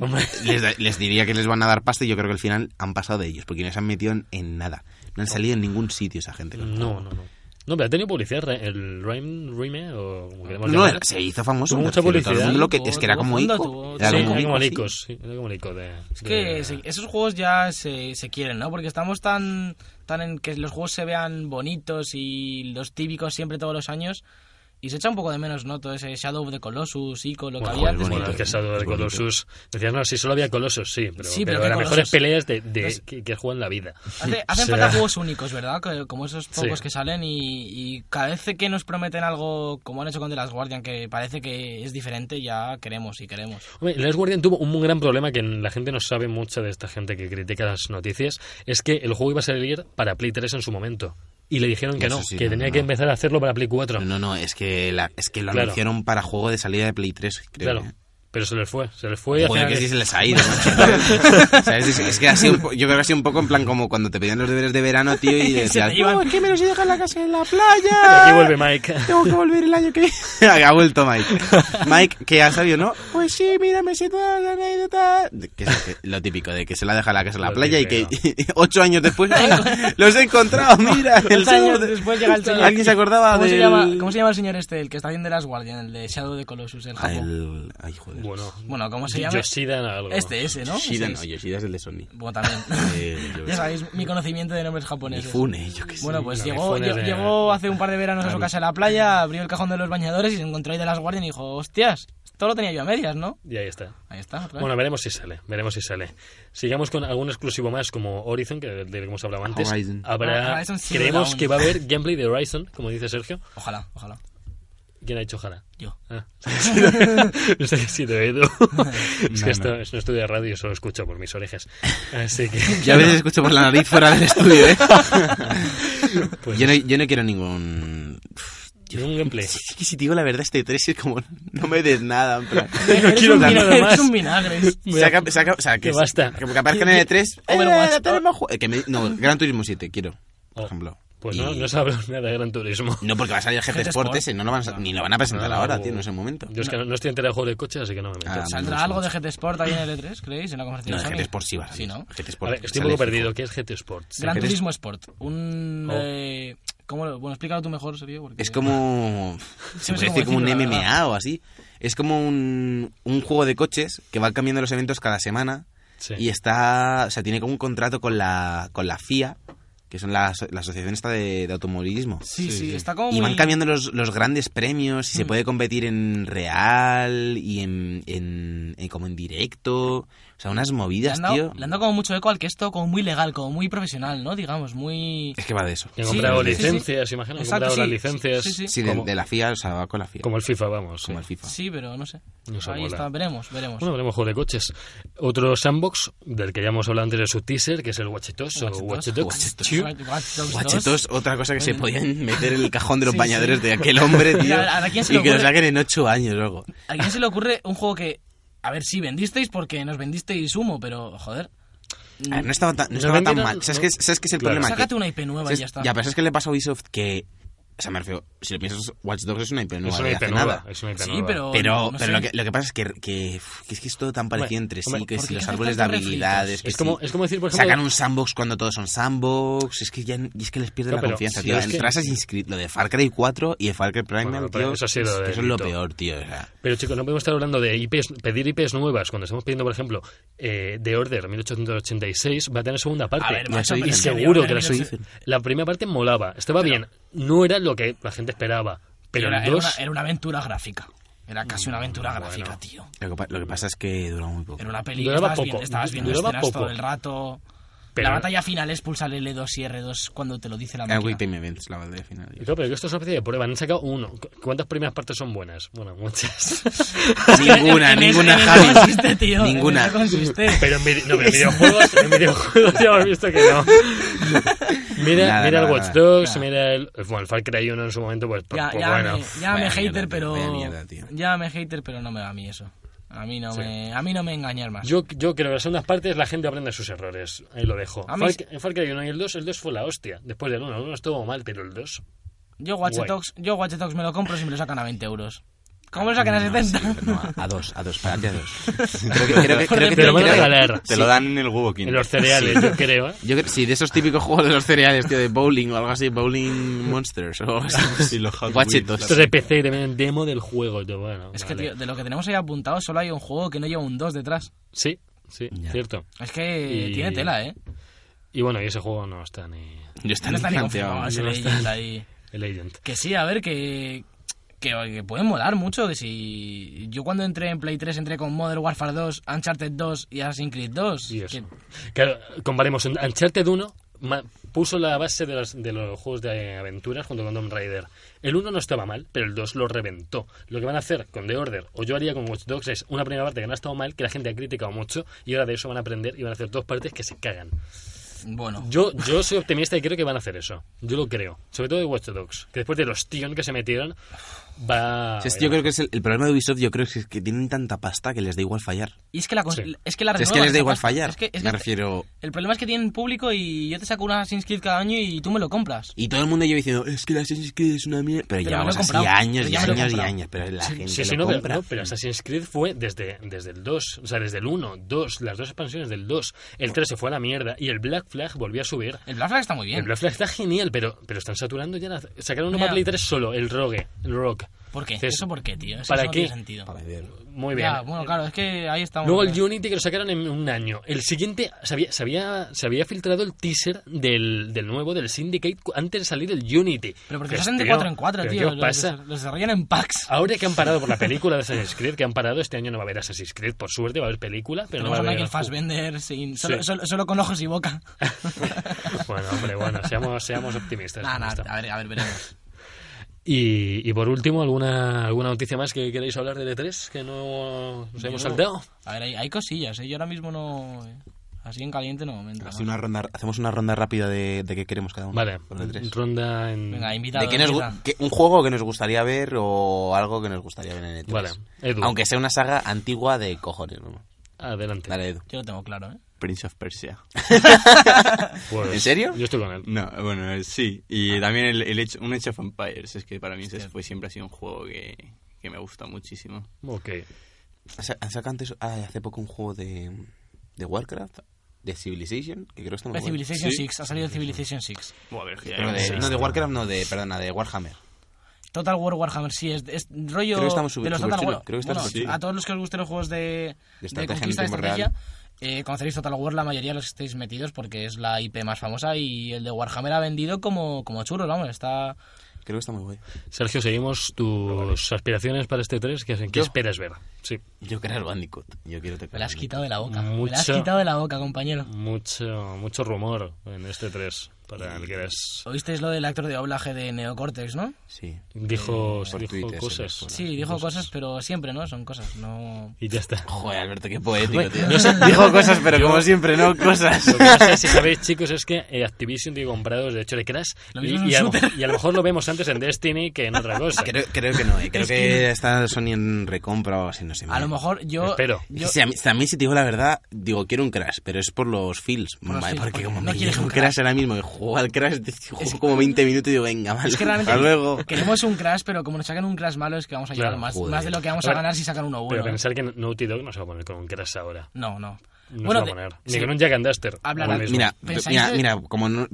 (laughs) Hombre. les, da- les diría que les van a dar pasta y yo creo que al final han pasado de ellos, porque no se han metido en, en nada. No han salido en ningún sitio esa gente. No, no, no. No, pero ha tenido publicidad re- el Rayman Rime o como queremos No, llamarlo. era- se hizo famoso. Tuvo me mucha refiero, todo el publicidad. mundo lo que- Tuvo- es que era tuvo como fondo, Ico. tuvo- Era Sí, algo como era como Ico, sí. Licos, sí, era como Lico de- Es que de- se- esos juegos ya se, se quieren, ¿no? Porque estamos tan, tan en que los juegos se vean bonitos y los típicos siempre todos los años. Y se echa un poco de menos, ¿no? Todo ese Shadow of the Colossus, Ico, lo que Bueno, había joder, antes. Bueno, bonito, el casado es de bonito. Colossus. Decían, no, sí, solo había Colossus, sí, pero, Sí, pero pero ¿qué eran Colossus? mejores peleas de, de- Entonces- que, que he jugado en la vida. (laughs) Hace, O hacen sea, falta juegos únicos, ¿verdad? Que- Como esos Sí. pocos que salen y, y cada vez que nos prometen algo, como han hecho con The Last Guardian, que parece que es diferente, ya queremos y queremos. Hombre, Last Guardian tuvo un gran problema que la gente no sabe mucho de esta gente que critica las noticias, es que el juego iba a salir para Play 3 en su momento. Y le dijeron que Eso no, sí, que no, tenía no, que no. empezar a hacerlo para Play 4. No, no, es que, la- es que lo Claro. anunciaron para juego de salida de Play 3, creo. claro. ¿eh? Pero se les fue, se les fue. y al Joder, final- (laughs) que sí se (laughs) les ha ido, macho. O sea, es, es que ha sido un po- yo creo que ha sido un poco en plan como cuando te pedían los deberes de verano, tío, (laughs) y decías, te iban. No, es que me los he dejado en la casa en la Y (laughs) playa. Aquí vuelve Mike. Tengo que volver el año que (laughs) viene. ha vuelto Mike. Mike, que ha sabido, ¿no? Pues sí, mira, me sé toda la anécdota. Que es lo que- lo típico de que se la deja la casa en la Lo playa y típico. que (laughs) ocho (laughs) años después ¡ah! (laughs) los he encontrado, mira, el Dos años sur de- después llega el señor. Alguien se acordaba ¿Cómo, del... se llama, cómo se llama el señor este, el que está haciendo The Last Guardian, el de Shadow de Colossus, el Ah, Japón? el- Ay, joder. Bueno, Bueno, ¿cómo se llama? Yoshida algo. Este, ese, ¿no? Yoshida, Ese no, es. Yoshida es el de Sony. Bueno, (laughs) también. Eh, yo qué ya sé. sabéis mi conocimiento de nombres japoneses. Mifune, yo qué sé. Bueno, pues No, llegó, Mifune lle- de- llegó hace un par de veranos a su casa en la playa, abrió el cajón de los bañadores y se encontró ahí de las guardias y dijo, hostias, Todo lo tenía yo a medias, ¿no? Y ahí está. Ahí está. otra vez. Bueno, veremos si sale, veremos si sale. Sigamos con algún exclusivo más como Horizon, que del que hemos hablado antes. Horizon. Habrá, Ah, Horizon Zero creemos Dawn. que va a haber gameplay de Horizon, como dice Sergio. Ojalá, ojalá. ¿Quién ha dicho ojalá? (laughs) Yo. (laughs) Ah, yo sé que ha sido Edu. es que No, esto no. es un estudio de radio y solo escucho por mis orejas. Así que. Yo a veces escucho por la nariz fuera del estudio, ¿eh? Pues, (laughs) Yo no, yo no quiero ningún... un gameplay. Es que si te digo la verdad, este 3 es como... No me des nada, en plan... No (laughs) Eres quiero un, nada vinagre, más. eres un (laughs) vinagre. Saca, saca, o sea, que, Que basta. Que aparezca en el E eh, 3 Overwatch. que me, no, Gran Turismo 7, quiero. Por Oh, ejemplo. Pues no, Y- no sabemos nada de Gran Turismo. No, porque va a salir el GT GT Sport Sport. ese, no lo van a- ni lo van a presentar No. ahora, tío, en ese momento. Yo es que no, no estoy enterado de juego de coches, así que no me meto. Ah, ¿Saldrá algo de GT Sport ahí en el E3, creéis? En la No, conferencia el de GT Sony? Sport sí va a Sí, salir. ¿no? GT Sport A ver, estoy un sale poco fijo. perdido. ¿Qué es GT Sports? Gran GT Turismo Sport. Un... Oh. eh, ¿Cómo lo...? Bueno, explícalo tú mejor, Sergio. porque- Es como. Se no puede sé decir como cómo un decirlo, la MMA o así. Es como un, un juego de coches que va cambiando los eventos cada semana. Sí. Y está. O sea, tiene como un contrato con la, con la FIA, que son la, aso- la asociación esta de, de automovilismo. Sí, sí, está como Y muy... van cambiando los, los grandes premios y se puede competir en real y en, en- en- como en directo. O sea, unas Le movidas, han, dado, tío. le han dado como mucho eco al que esto como muy legal, como muy profesional, ¿no? Digamos, muy... Es que va de eso. Que han Sí, comprado sí, sí, sí. licencias, imagino. Han Exacto, comprado sí, las sí, licencias. sí, sí. Sí, de, como, de la FIA, o sea, va con la FIA. como el FIFA, vamos. Como el sí. FIFA. Sí, pero no sé. No sé, ahí mola. está, veremos, veremos. Bueno, veremos Pues juego de coches. Otro sandbox, del que ya hemos hablado antes de su teaser, que es el Watch Dogs o Watch Watch Dogs. Watch Dogs. Two. Watch- Watch Dogs 2. Guachetos, otra cosa que se podían meter en el cajón de los Sí, bañadores sí. de aquel hombre, tío. Mira, ¿a quién se y le que lo ocurre? saquen en ocho años luego. ¿A quién se le ocurre un juego que... A ver, sí, vendisteis porque nos vendisteis humo, pero, joder... A ver, Ah, no estaba tan, no No estaba tan vendieron, mal. ¿Sabes no. qué es- sabes qué es el Claro. problema? Sácate Que- una IP nueva y ¿sabes? ya está. pero es que le pasa a Ubisoft que... O sea, me refiero, si lo piensas, Watch Dogs es una IP nueva. Es una de IP hace nueva, nada. es una IP Sí, nueva. pero- Pero, Oh, no, no pero lo, sé. que, lo que pasa es que, que, que es que es todo tan parecido Hombre, entre sí, hombre, que ¿por si qué los hacen árboles de tantos refritos? habilidades, que Es como, si es como decir, por ejemplo... sacan un sandbox cuando todos son sandbox, es que ya y es que les pierden No, la pero confianza, si tío. es que- El Assassin's Creed, lo de Far Cry 4 y de Far Cry Primal, Bueno, pero tío, eso ha sido es que eso es lo delito. peor, tío. o sea. Pero chicos, no podemos estar hablando de IPs, pedir IPs nuevas cuando estamos pidiendo, por ejemplo, eh, The Order 1886 va a tener segunda parte. A ver, macho, y pero es que The seguro Order que la, segu- 1886. la primera parte molaba, estaba bien, no era lo que la gente esperaba, pero Mm, era, el era 2 una, era una aventura gráfica. Era casi una aventura gráfica, tío. Lo que, pa- lo que pasa es que dura muy poco. Era una peli Duraba que estabas, poco, viendo, estabas viendo duraba escenas poco. todo el rato. Pero- La batalla final es pulsar L2 y R2 cuando te lo dice la Era Wii máquina. Time Events, la batalla final. tío. Y claro, pero que esto es una especie de prueba, han sacado uno. ¿Cu- ¿Cuántas primeras partes son buenas? Bueno, muchas. (laughs) En ninguna, eso- ninguna, en eso Javi. consiste, tío, en Ninguna. (laughs) eso consiste. Pero en, vide- no, pero en videojuegos, en videojuegos ya hemos visto que no. Mira, Nada, mira nada, el Watch nada. Dogs, Nada. mira el, bueno, el Far Cry 1 en su momento, pues, pues Ya, ya, bueno. me, ya me Vaya hater, mierda, vaya pero. mierda, tío. ya me hater, pero no me va a mí eso. A mí no, me, a mí no me engañar más. Yo, yo creo que en las segundas partes la gente aprende sus errores. Ahí lo dejo. A Far, mí sí. en Far Cry 1 y el 2, el 2 fue la hostia. Después del 1, el 1 estuvo mal, pero el 2. Yo Watch, Guay. Dogs, yo Watch Dogs me lo compro si me lo sacan a 20 euros. Ah, ¿Cómo lo sacan a No, 70? Ah, sí, no, a- a dos, a dos, párate a dos. Creo que, creo que, creo que, Te lo van a creo que- regalar (laughs) Te lo dan en el huevo en quinto. los cereales, yo creo. ¿eh? Yo creo, sí, de esos típicos juegos de los cereales, tío, de bowling o algo así, bowling monsters o algo (laughs) así. Y los Hot Watch Wheels, Dogs. Esto es de PC y te venden demo del juego. Yo, bueno, (laughs) Es que, vale. tío, de lo que tenemos ahí apuntado, solo hay un juego que no lleva un 2 detrás. Sí, sí, Ya. cierto. Es que Y- tiene tela, ¿eh. Y bueno, y ese juego no está ni. Yo estaba No está ni planteado. confirmado ese No está. Legend ahí. El Agent. Que sí, a ver, que, que, que pueden molar mucho. Que si yo cuando entré en Play 3 entré con Modern Warfare 2, Uncharted 2 y Assassin's Creed 2. Y eso. que- Claro, comparemos. un- Uncharted 1 ma- puso la base de, las- de los juegos de aventuras junto con Tomb Raider. El 1 no estaba mal, pero el 2 lo reventó. Lo que van a hacer con The Order, o yo haría con Watch Dogs, es una primera parte que no ha estado mal, que la gente ha criticado mucho, y ahora de eso van a aprender y van a hacer dos partes que se cagan. bueno, Yo, yo soy optimista y creo que van a hacer eso. Yo lo creo. Sobre todo de Watch Dogs, que después de los tíos que se metieron, va... Sí, es- yo creo que es el, el problema de Ubisoft, yo creo que es que tienen tanta pasta que les da igual fallar. y es que la, cons- Sí. es que la es que renuevan les da esa igual pasta. fallar. Es que- es me que- refiero. El problema es que tienen público y yo te saco un Assassin's Creed cada año y tú me lo compras. Y todo el mundo lleva diciendo, es que la Assassin's Creed es una mierda. Pero, me lo he llevamos así comprado. años Pero y ya me lo he años y comprado. años. Pero la gente Sí, sí, lo no, pero, compra. no, pero Assassin's Creed fue desde, desde el 2, o sea, desde el 1, 2, las dos expansiones del 2, el 3 se fue a la mierda y el Black Flag volvió a subir. El Black Flag está muy El bien. Black Flag está genial, pero, pero están saturando ya. la- sacaron uno Ya. para Play 3 solo, el Rogue, el Rock. Rock. ¿Por qué? Entonces, ¿Eso por qué, tío? Eso ¿para no qué? tiene sentido. Para bien. Muy bien. Ya, bueno, claro, es que ahí estamos. ¿eh? Luego el ¿no? Unity que lo sacaron en un año. El siguiente, se había, se había, se había filtrado el teaser del, del nuevo, del Syndicate, cu- antes de salir el Unity. Pero porque Dices, se hacen de tío, 4 en 4, ¿pero tío. ¿Qué Los, os pasa? Ah, los desarrollan en packs. Ahora que han parado por la película de Assassin's Creed, que han parado, este año no va a haber Assassin's Creed, por suerte, va a haber película, pero no Tenemos va a a haber... Michael Fassbender sin, solo, Sí. solo, solo con ojos y boca. (laughs) (laughs) Bueno, hombre, bueno, seamos, seamos optimistas. Nada, con nada, esto. a ver, a ver, (laughs) veremos. Y, y por último, ¿alguna, ¿alguna noticia más que queréis hablar de E3 que no nos hemos Yo- saltado? A ver, hay, hay cosillas, ¿eh? Yo ahora mismo no... Así en caliente no me entra. Así ¿no? una ronda, hacemos una ronda rápida de, de qué queremos cada uno. Vale, por el E tres. ronda en... Venga, invitado. ¿De qué nos, empieza. gu- qué- ¿Un juego que nos gustaría ver o algo que nos gustaría ver en E3? Vale, Edu. Aunque sea una saga antigua de cojones. ¿no? Adelante. Dale, Edu. Yo lo tengo claro, ¿eh? Prince of Persia. Pues, ¿En serio? Yo estoy con él. No, bueno, eh, sí. Y también el, el Age- un Age of Empires. Es que para mí ese fue, siempre ha sido un juego que, que me gusta muchísimo. Ok. Sa- Han sacado antes, ah, hace poco un juego de, de Warcraft, de Civilization, que creo que está muy Pues bueno. Civilization Sí. 6, ha salido Civilization 6. Buah, pero es que ya Pero hay de- un- no, de Warcraft no, de, perdona, de Warhammer. Total War Warhammer, sí, es, es rollo Creo que está muy sub- de los súper Total chulo, War. creo que está Bueno, súper chulo. A todos los que os gusten los juegos de, de estrategia en conquista de tiempo real. estrategia, eh, conoceréis Total War, la mayoría de los que estáis metidos, porque es la IP más famosa y el de Warhammer ha vendido como, como churros, vamos, está... Creo que está muy bueno. Sergio, seguimos tus aspiraciones para este 3. ¿Qué, qué ¿Yo? esperas ver? Sí, Yo quiero el Bandicoot. Yo quiero tocar. Me la has el quitado de la boca, me la has Mucho. quitado de la boca, compañero. mucho, mucho rumor en este 3 para el que eres. Oísteis lo del actor de doblaje de Neocortex, ¿no? Bandicoot. Sí. Dijo, Por dijo Twitter se cosas. les pone. Sí, dijo cosas, pero siempre, ¿no? Son cosas, no... Y ya está. Joder, Alberto, qué poético, tío. Dijo cosas, pero como siempre, no cosas. (laughs) Lo que no sé si sabéis, chicos, es que eh, Activision tiene comprados de hecho de Crash. Lo Y, mismo en y a lo, un shooter. (laughs) y a lo mejor lo vemos antes en Destiny que en otra cosa. (laughs) (laughs) Creo, creo que no, eh. creo que está Sony en recompra o así, no sé. A lo mejor yo... Espero. yo- Si a, mí, si a mí, si te digo la verdad, digo, quiero un Crash, pero es por los feels. los Vale, feels, porque porque como no me quieres llega un un Crash, ahora mismo, y juego al Crash, juego como 20 minutos y digo, venga, vale, Es que realmente hasta luego. queremos un crash, pero como nos sacan un crash malo es que vamos a Claro, llevar más, joder. más de lo que vamos A a ver, ganar si sacan uno Pero bueno. pensar que Naughty Dog no se va a poner con un Crash ahora. No, no. No bueno, se va a de- poner. Ni sí. con un Jack and Duster. Hablar- ahora mismo. Mira, ¿Pensáis mira, de- mira, como no-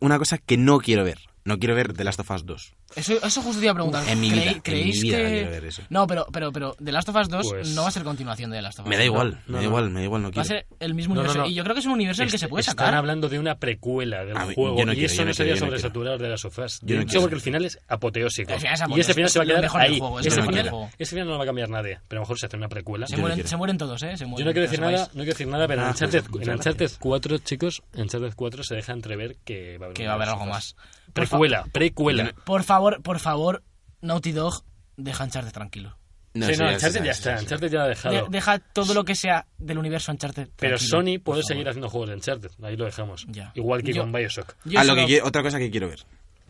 una cosa que no quiero ver. No quiero ver The Last of Us 2. eso, eso justo te iba a preguntar. En mi ¿Crei- vida, en ¿Creéis mi vida que.? quiero ver eso. No, pero, pero, pero The Last of Us 2 Pues- no va a ser continuación de The Last of Us. Me da No. igual, no, me da no. igual, me da igual, no Va a quiero. ser el mismo No, no, universo. no. Y yo creo que es un universo en el que Est- se puede Están sacar. hablando de una precuela del A mí- juego yo no y quiero, eso yo no no quiero, sería yo no sobresaturar de las sofás. Yo no Dicho quiero. porque el final es apoteósico. El final es y ese apoteósico, final se va a es lo quedar mejor del ahí. juego, es lo Ese mejor del final, juego. ese final no lo va a cambiar nadie, pero a lo mejor se hace una precuela. Se no mueren, quiero. se mueren todos, ¿eh? Se mueren, Yo no quiero que decir lo nada, sepáis. no quiero decir nada, pero en Ah, Uncharted, pues, muchas en Uncharted gracias. 4, chicos, en Uncharted 4 se deja entrever que va a haber, Que un va a haber Last of algo Us. más. Por, fa- Precuela, precuela. por favor, por favor, Naughty Dog, deja Uncharted tranquilo. sí, eso no, ya- Uncharted ya eso está, Uncharted ya lo ha dejado. De- deja todo lo que sea del universo Uncharted. pero tranquilo, Sony por puede favor. seguir haciendo juegos de Uncharted, ahí lo dejamos. Ya. Igual que Yo- con Bioshock. Yo Ah, lo solo- que quiero- otra cosa que quiero ver.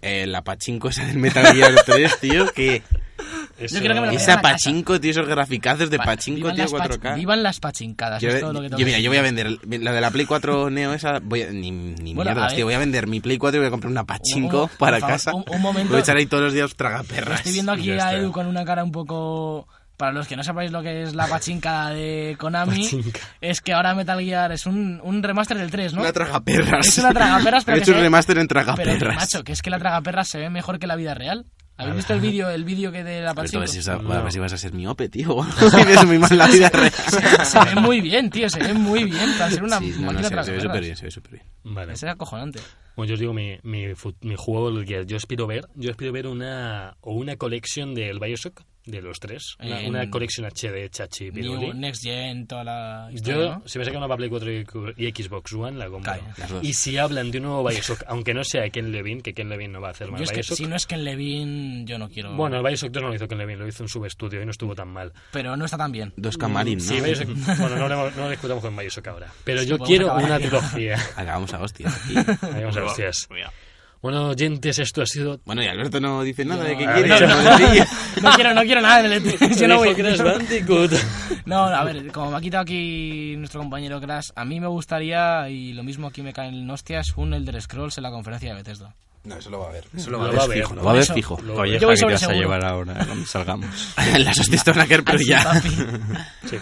Eh, la pachinko esa del Metal Gear 3, tío, (laughs) que... Eso- creo que me lo Esa la casa. pachinko, tío, esos graficazos de pachinko, Vivan tío, las pach- 4K. Vivan las pachincadas. Yo, es todo lo que tengo que yo- mira, decir. yo voy a vender la de la Play 4 Neo esa, voy a- ni, ni Bueno, a mierdas, ver. tío, voy a vender mi Play 4 y voy a comprar una Un- pachinko un- para por favor, casa. un- un momento. Voy a echar ahí todos los días tragaperras. Estoy viendo aquí Ya a está. Edu con una cara un poco... Para los que no sepáis lo que es la pachinca de Konami, Pachinca. es que ahora Metal Gear es un, un remaster del 3, ¿no? Una tragaperras. Es una tragaperras, pero (laughs) He que se hecho un ve- remaster en Pero, tragaperras. macho, que es que la tragaperra se ve mejor que la vida real. ¿Habéis visto el vídeo el vídeo que de la Alberto, pachinca? a ver Ah. si, vas a- No. a ver si vas a ser miope, tío. (laughs) Si ves muy mal la (laughs) vida real. Se ve muy bien, tío, se ve muy bien. Para ser una Sí, no, no, máquina se, ve- se ve tragaperras. súper bien, se ve súper bien. Vale. Es acojonante. Bueno, yo os digo, mi, mi, fut- mi juego, el que yo espero ver, yo espero ver una, o una colección del Bioshock, de los tres, una, En- una colección HD, chachi, New, piruli. Next Gen, toda la historia, Yo, ¿no? si me sacan una para Play 4 y, cu- y Xbox One, la compro. Calla. Las dos. Y si hablan de un nuevo Bioshock, aunque no sea Ken Levine, que Ken Levine no va a hacer más Yo es que Bioshock. si no es que en Levin, yo no quiero... Bueno, el Bioshock 2 no lo hizo Ken Levine, lo hizo en subestudio y no estuvo tan mal. Pero no está tan bien. Dos camarín, ¿no? Sí, (laughs) Bioshock- bueno, no, hablemos- no discutamos con Bioshock ahora. Pero yo podemos quiero acabar una aquí. trilogía. (laughs) Acabamos a hostias aquí. Ahí vamos, Buah, hostias. mira. Bueno, oyentes, esto ha sido Bueno, y Alberto no dice nada de qué No, quiere. no, no. Madre No quiero, no quiero nada del E3. (laughs) (laughs) Yo no voy. Dijo Crash (laughs) Bandicoot. No, a ver, como me ha quitado aquí nuestro compañero Crash, a mí me gustaría, y lo mismo aquí me caen hostias, un Elder Scrolls en la conferencia de Bethesda. No, eso lo va a ver. Lo va a ver. fijo, lo va a ver Eso- fijo. Lo- Colleja Yo voy que sobre te vas a seguro. (laughs) llevar ahora cuando salgamos. Las hostias te van a caer, pero Ay, sí, ya. papi. Sí.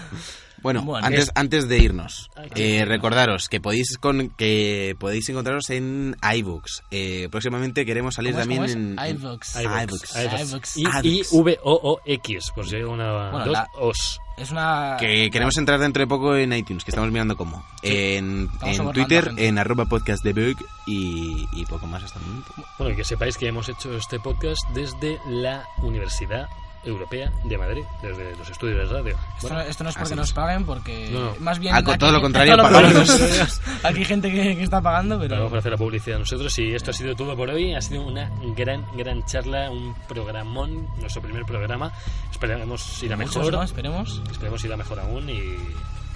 Bueno, Bueno, eh. antes, es- antes de irnos, Ay, eh, recordaros que podéis con que podéis encontraros en iBooks. Eh, próximamente queremos salir ¿Cómo es, también cómo es? en iVoox. iVoox. iVoox. I- iVoox. I-V-O-O-X, por si hay una... Bueno, dos la- os. Es una... Que queremos entrar dentro de poco en iTunes, que estamos mirando cómo. En, en abordando Twitter, gente. en arroba podcast de Bug y, y poco más hasta el momento. Bueno, y que sepáis que hemos hecho este podcast desde la Universidad Europea de Madrid, desde los estudios de radio. Esto, Bueno, no, esto no es así porque es. nos paguen, porque No, no. más bien... Ah, con aquí- (laughs) todo lo contrario, todo lo pagamos. contrario. aquí hay gente que, que está pagando, pero... Vamos a hacer la publicidad nosotros y esto ha sido todo por hoy. Ha sido una gran, gran charla, un programón, nuestro primer programa. Esperemos ir a muchos, mejor. ¿no? Esperemos. Esperemos ir a mejor aún y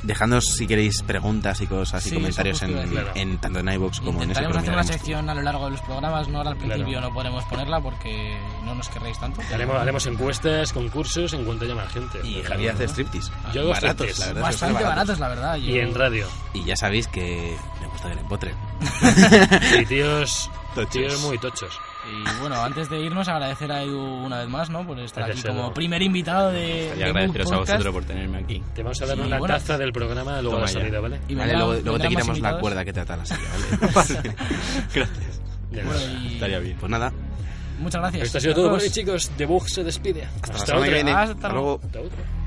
Dejadnos si queréis preguntas y cosas y Sí, comentarios eso justo en, iba a decir. en- tanto en iBooks como en ese Intentaremos hacer una programa. sección a lo largo de los programas, no ahora al principio no podremos ponerla porque no nos querréis tanto. pero- haremos, haremos encuestas, concursos en cuanto llame la gente. Y Javier hace striptease. Yo hago baratos, striptease. la verdad. Bastante baratos. baratos, la verdad. yo- Y en radio. Y ya sabéis que me gusta Green Potter. Y tíos, Tochos. tíos muy tochos. Y bueno, antes de irnos, agradecer a Edu una vez más, ¿no? Por estar aquí Gracias, Edu. como primer invitado de. Y de agradeceros Book a Podcast. vosotros por tenerme aquí. Te vamos a dar Sí, una bueno. taza del programa luego de Toma la ya. salida, ¿vale? Y Vale, vendrán- luego, luego te vendrán más quitamos la invitados. cuerda que te ata la silla, ¿vale? (laughs) (laughs) Gracias. Ya Bueno, está. y Estaría bien. Pues nada, Muchas gracias. Esto ha sido todo por Chicos. hoy, chicos. The Bug se despide. Hasta, hasta la semana que otra. viene. Hasta Hasta luego. luego. Hasta otra.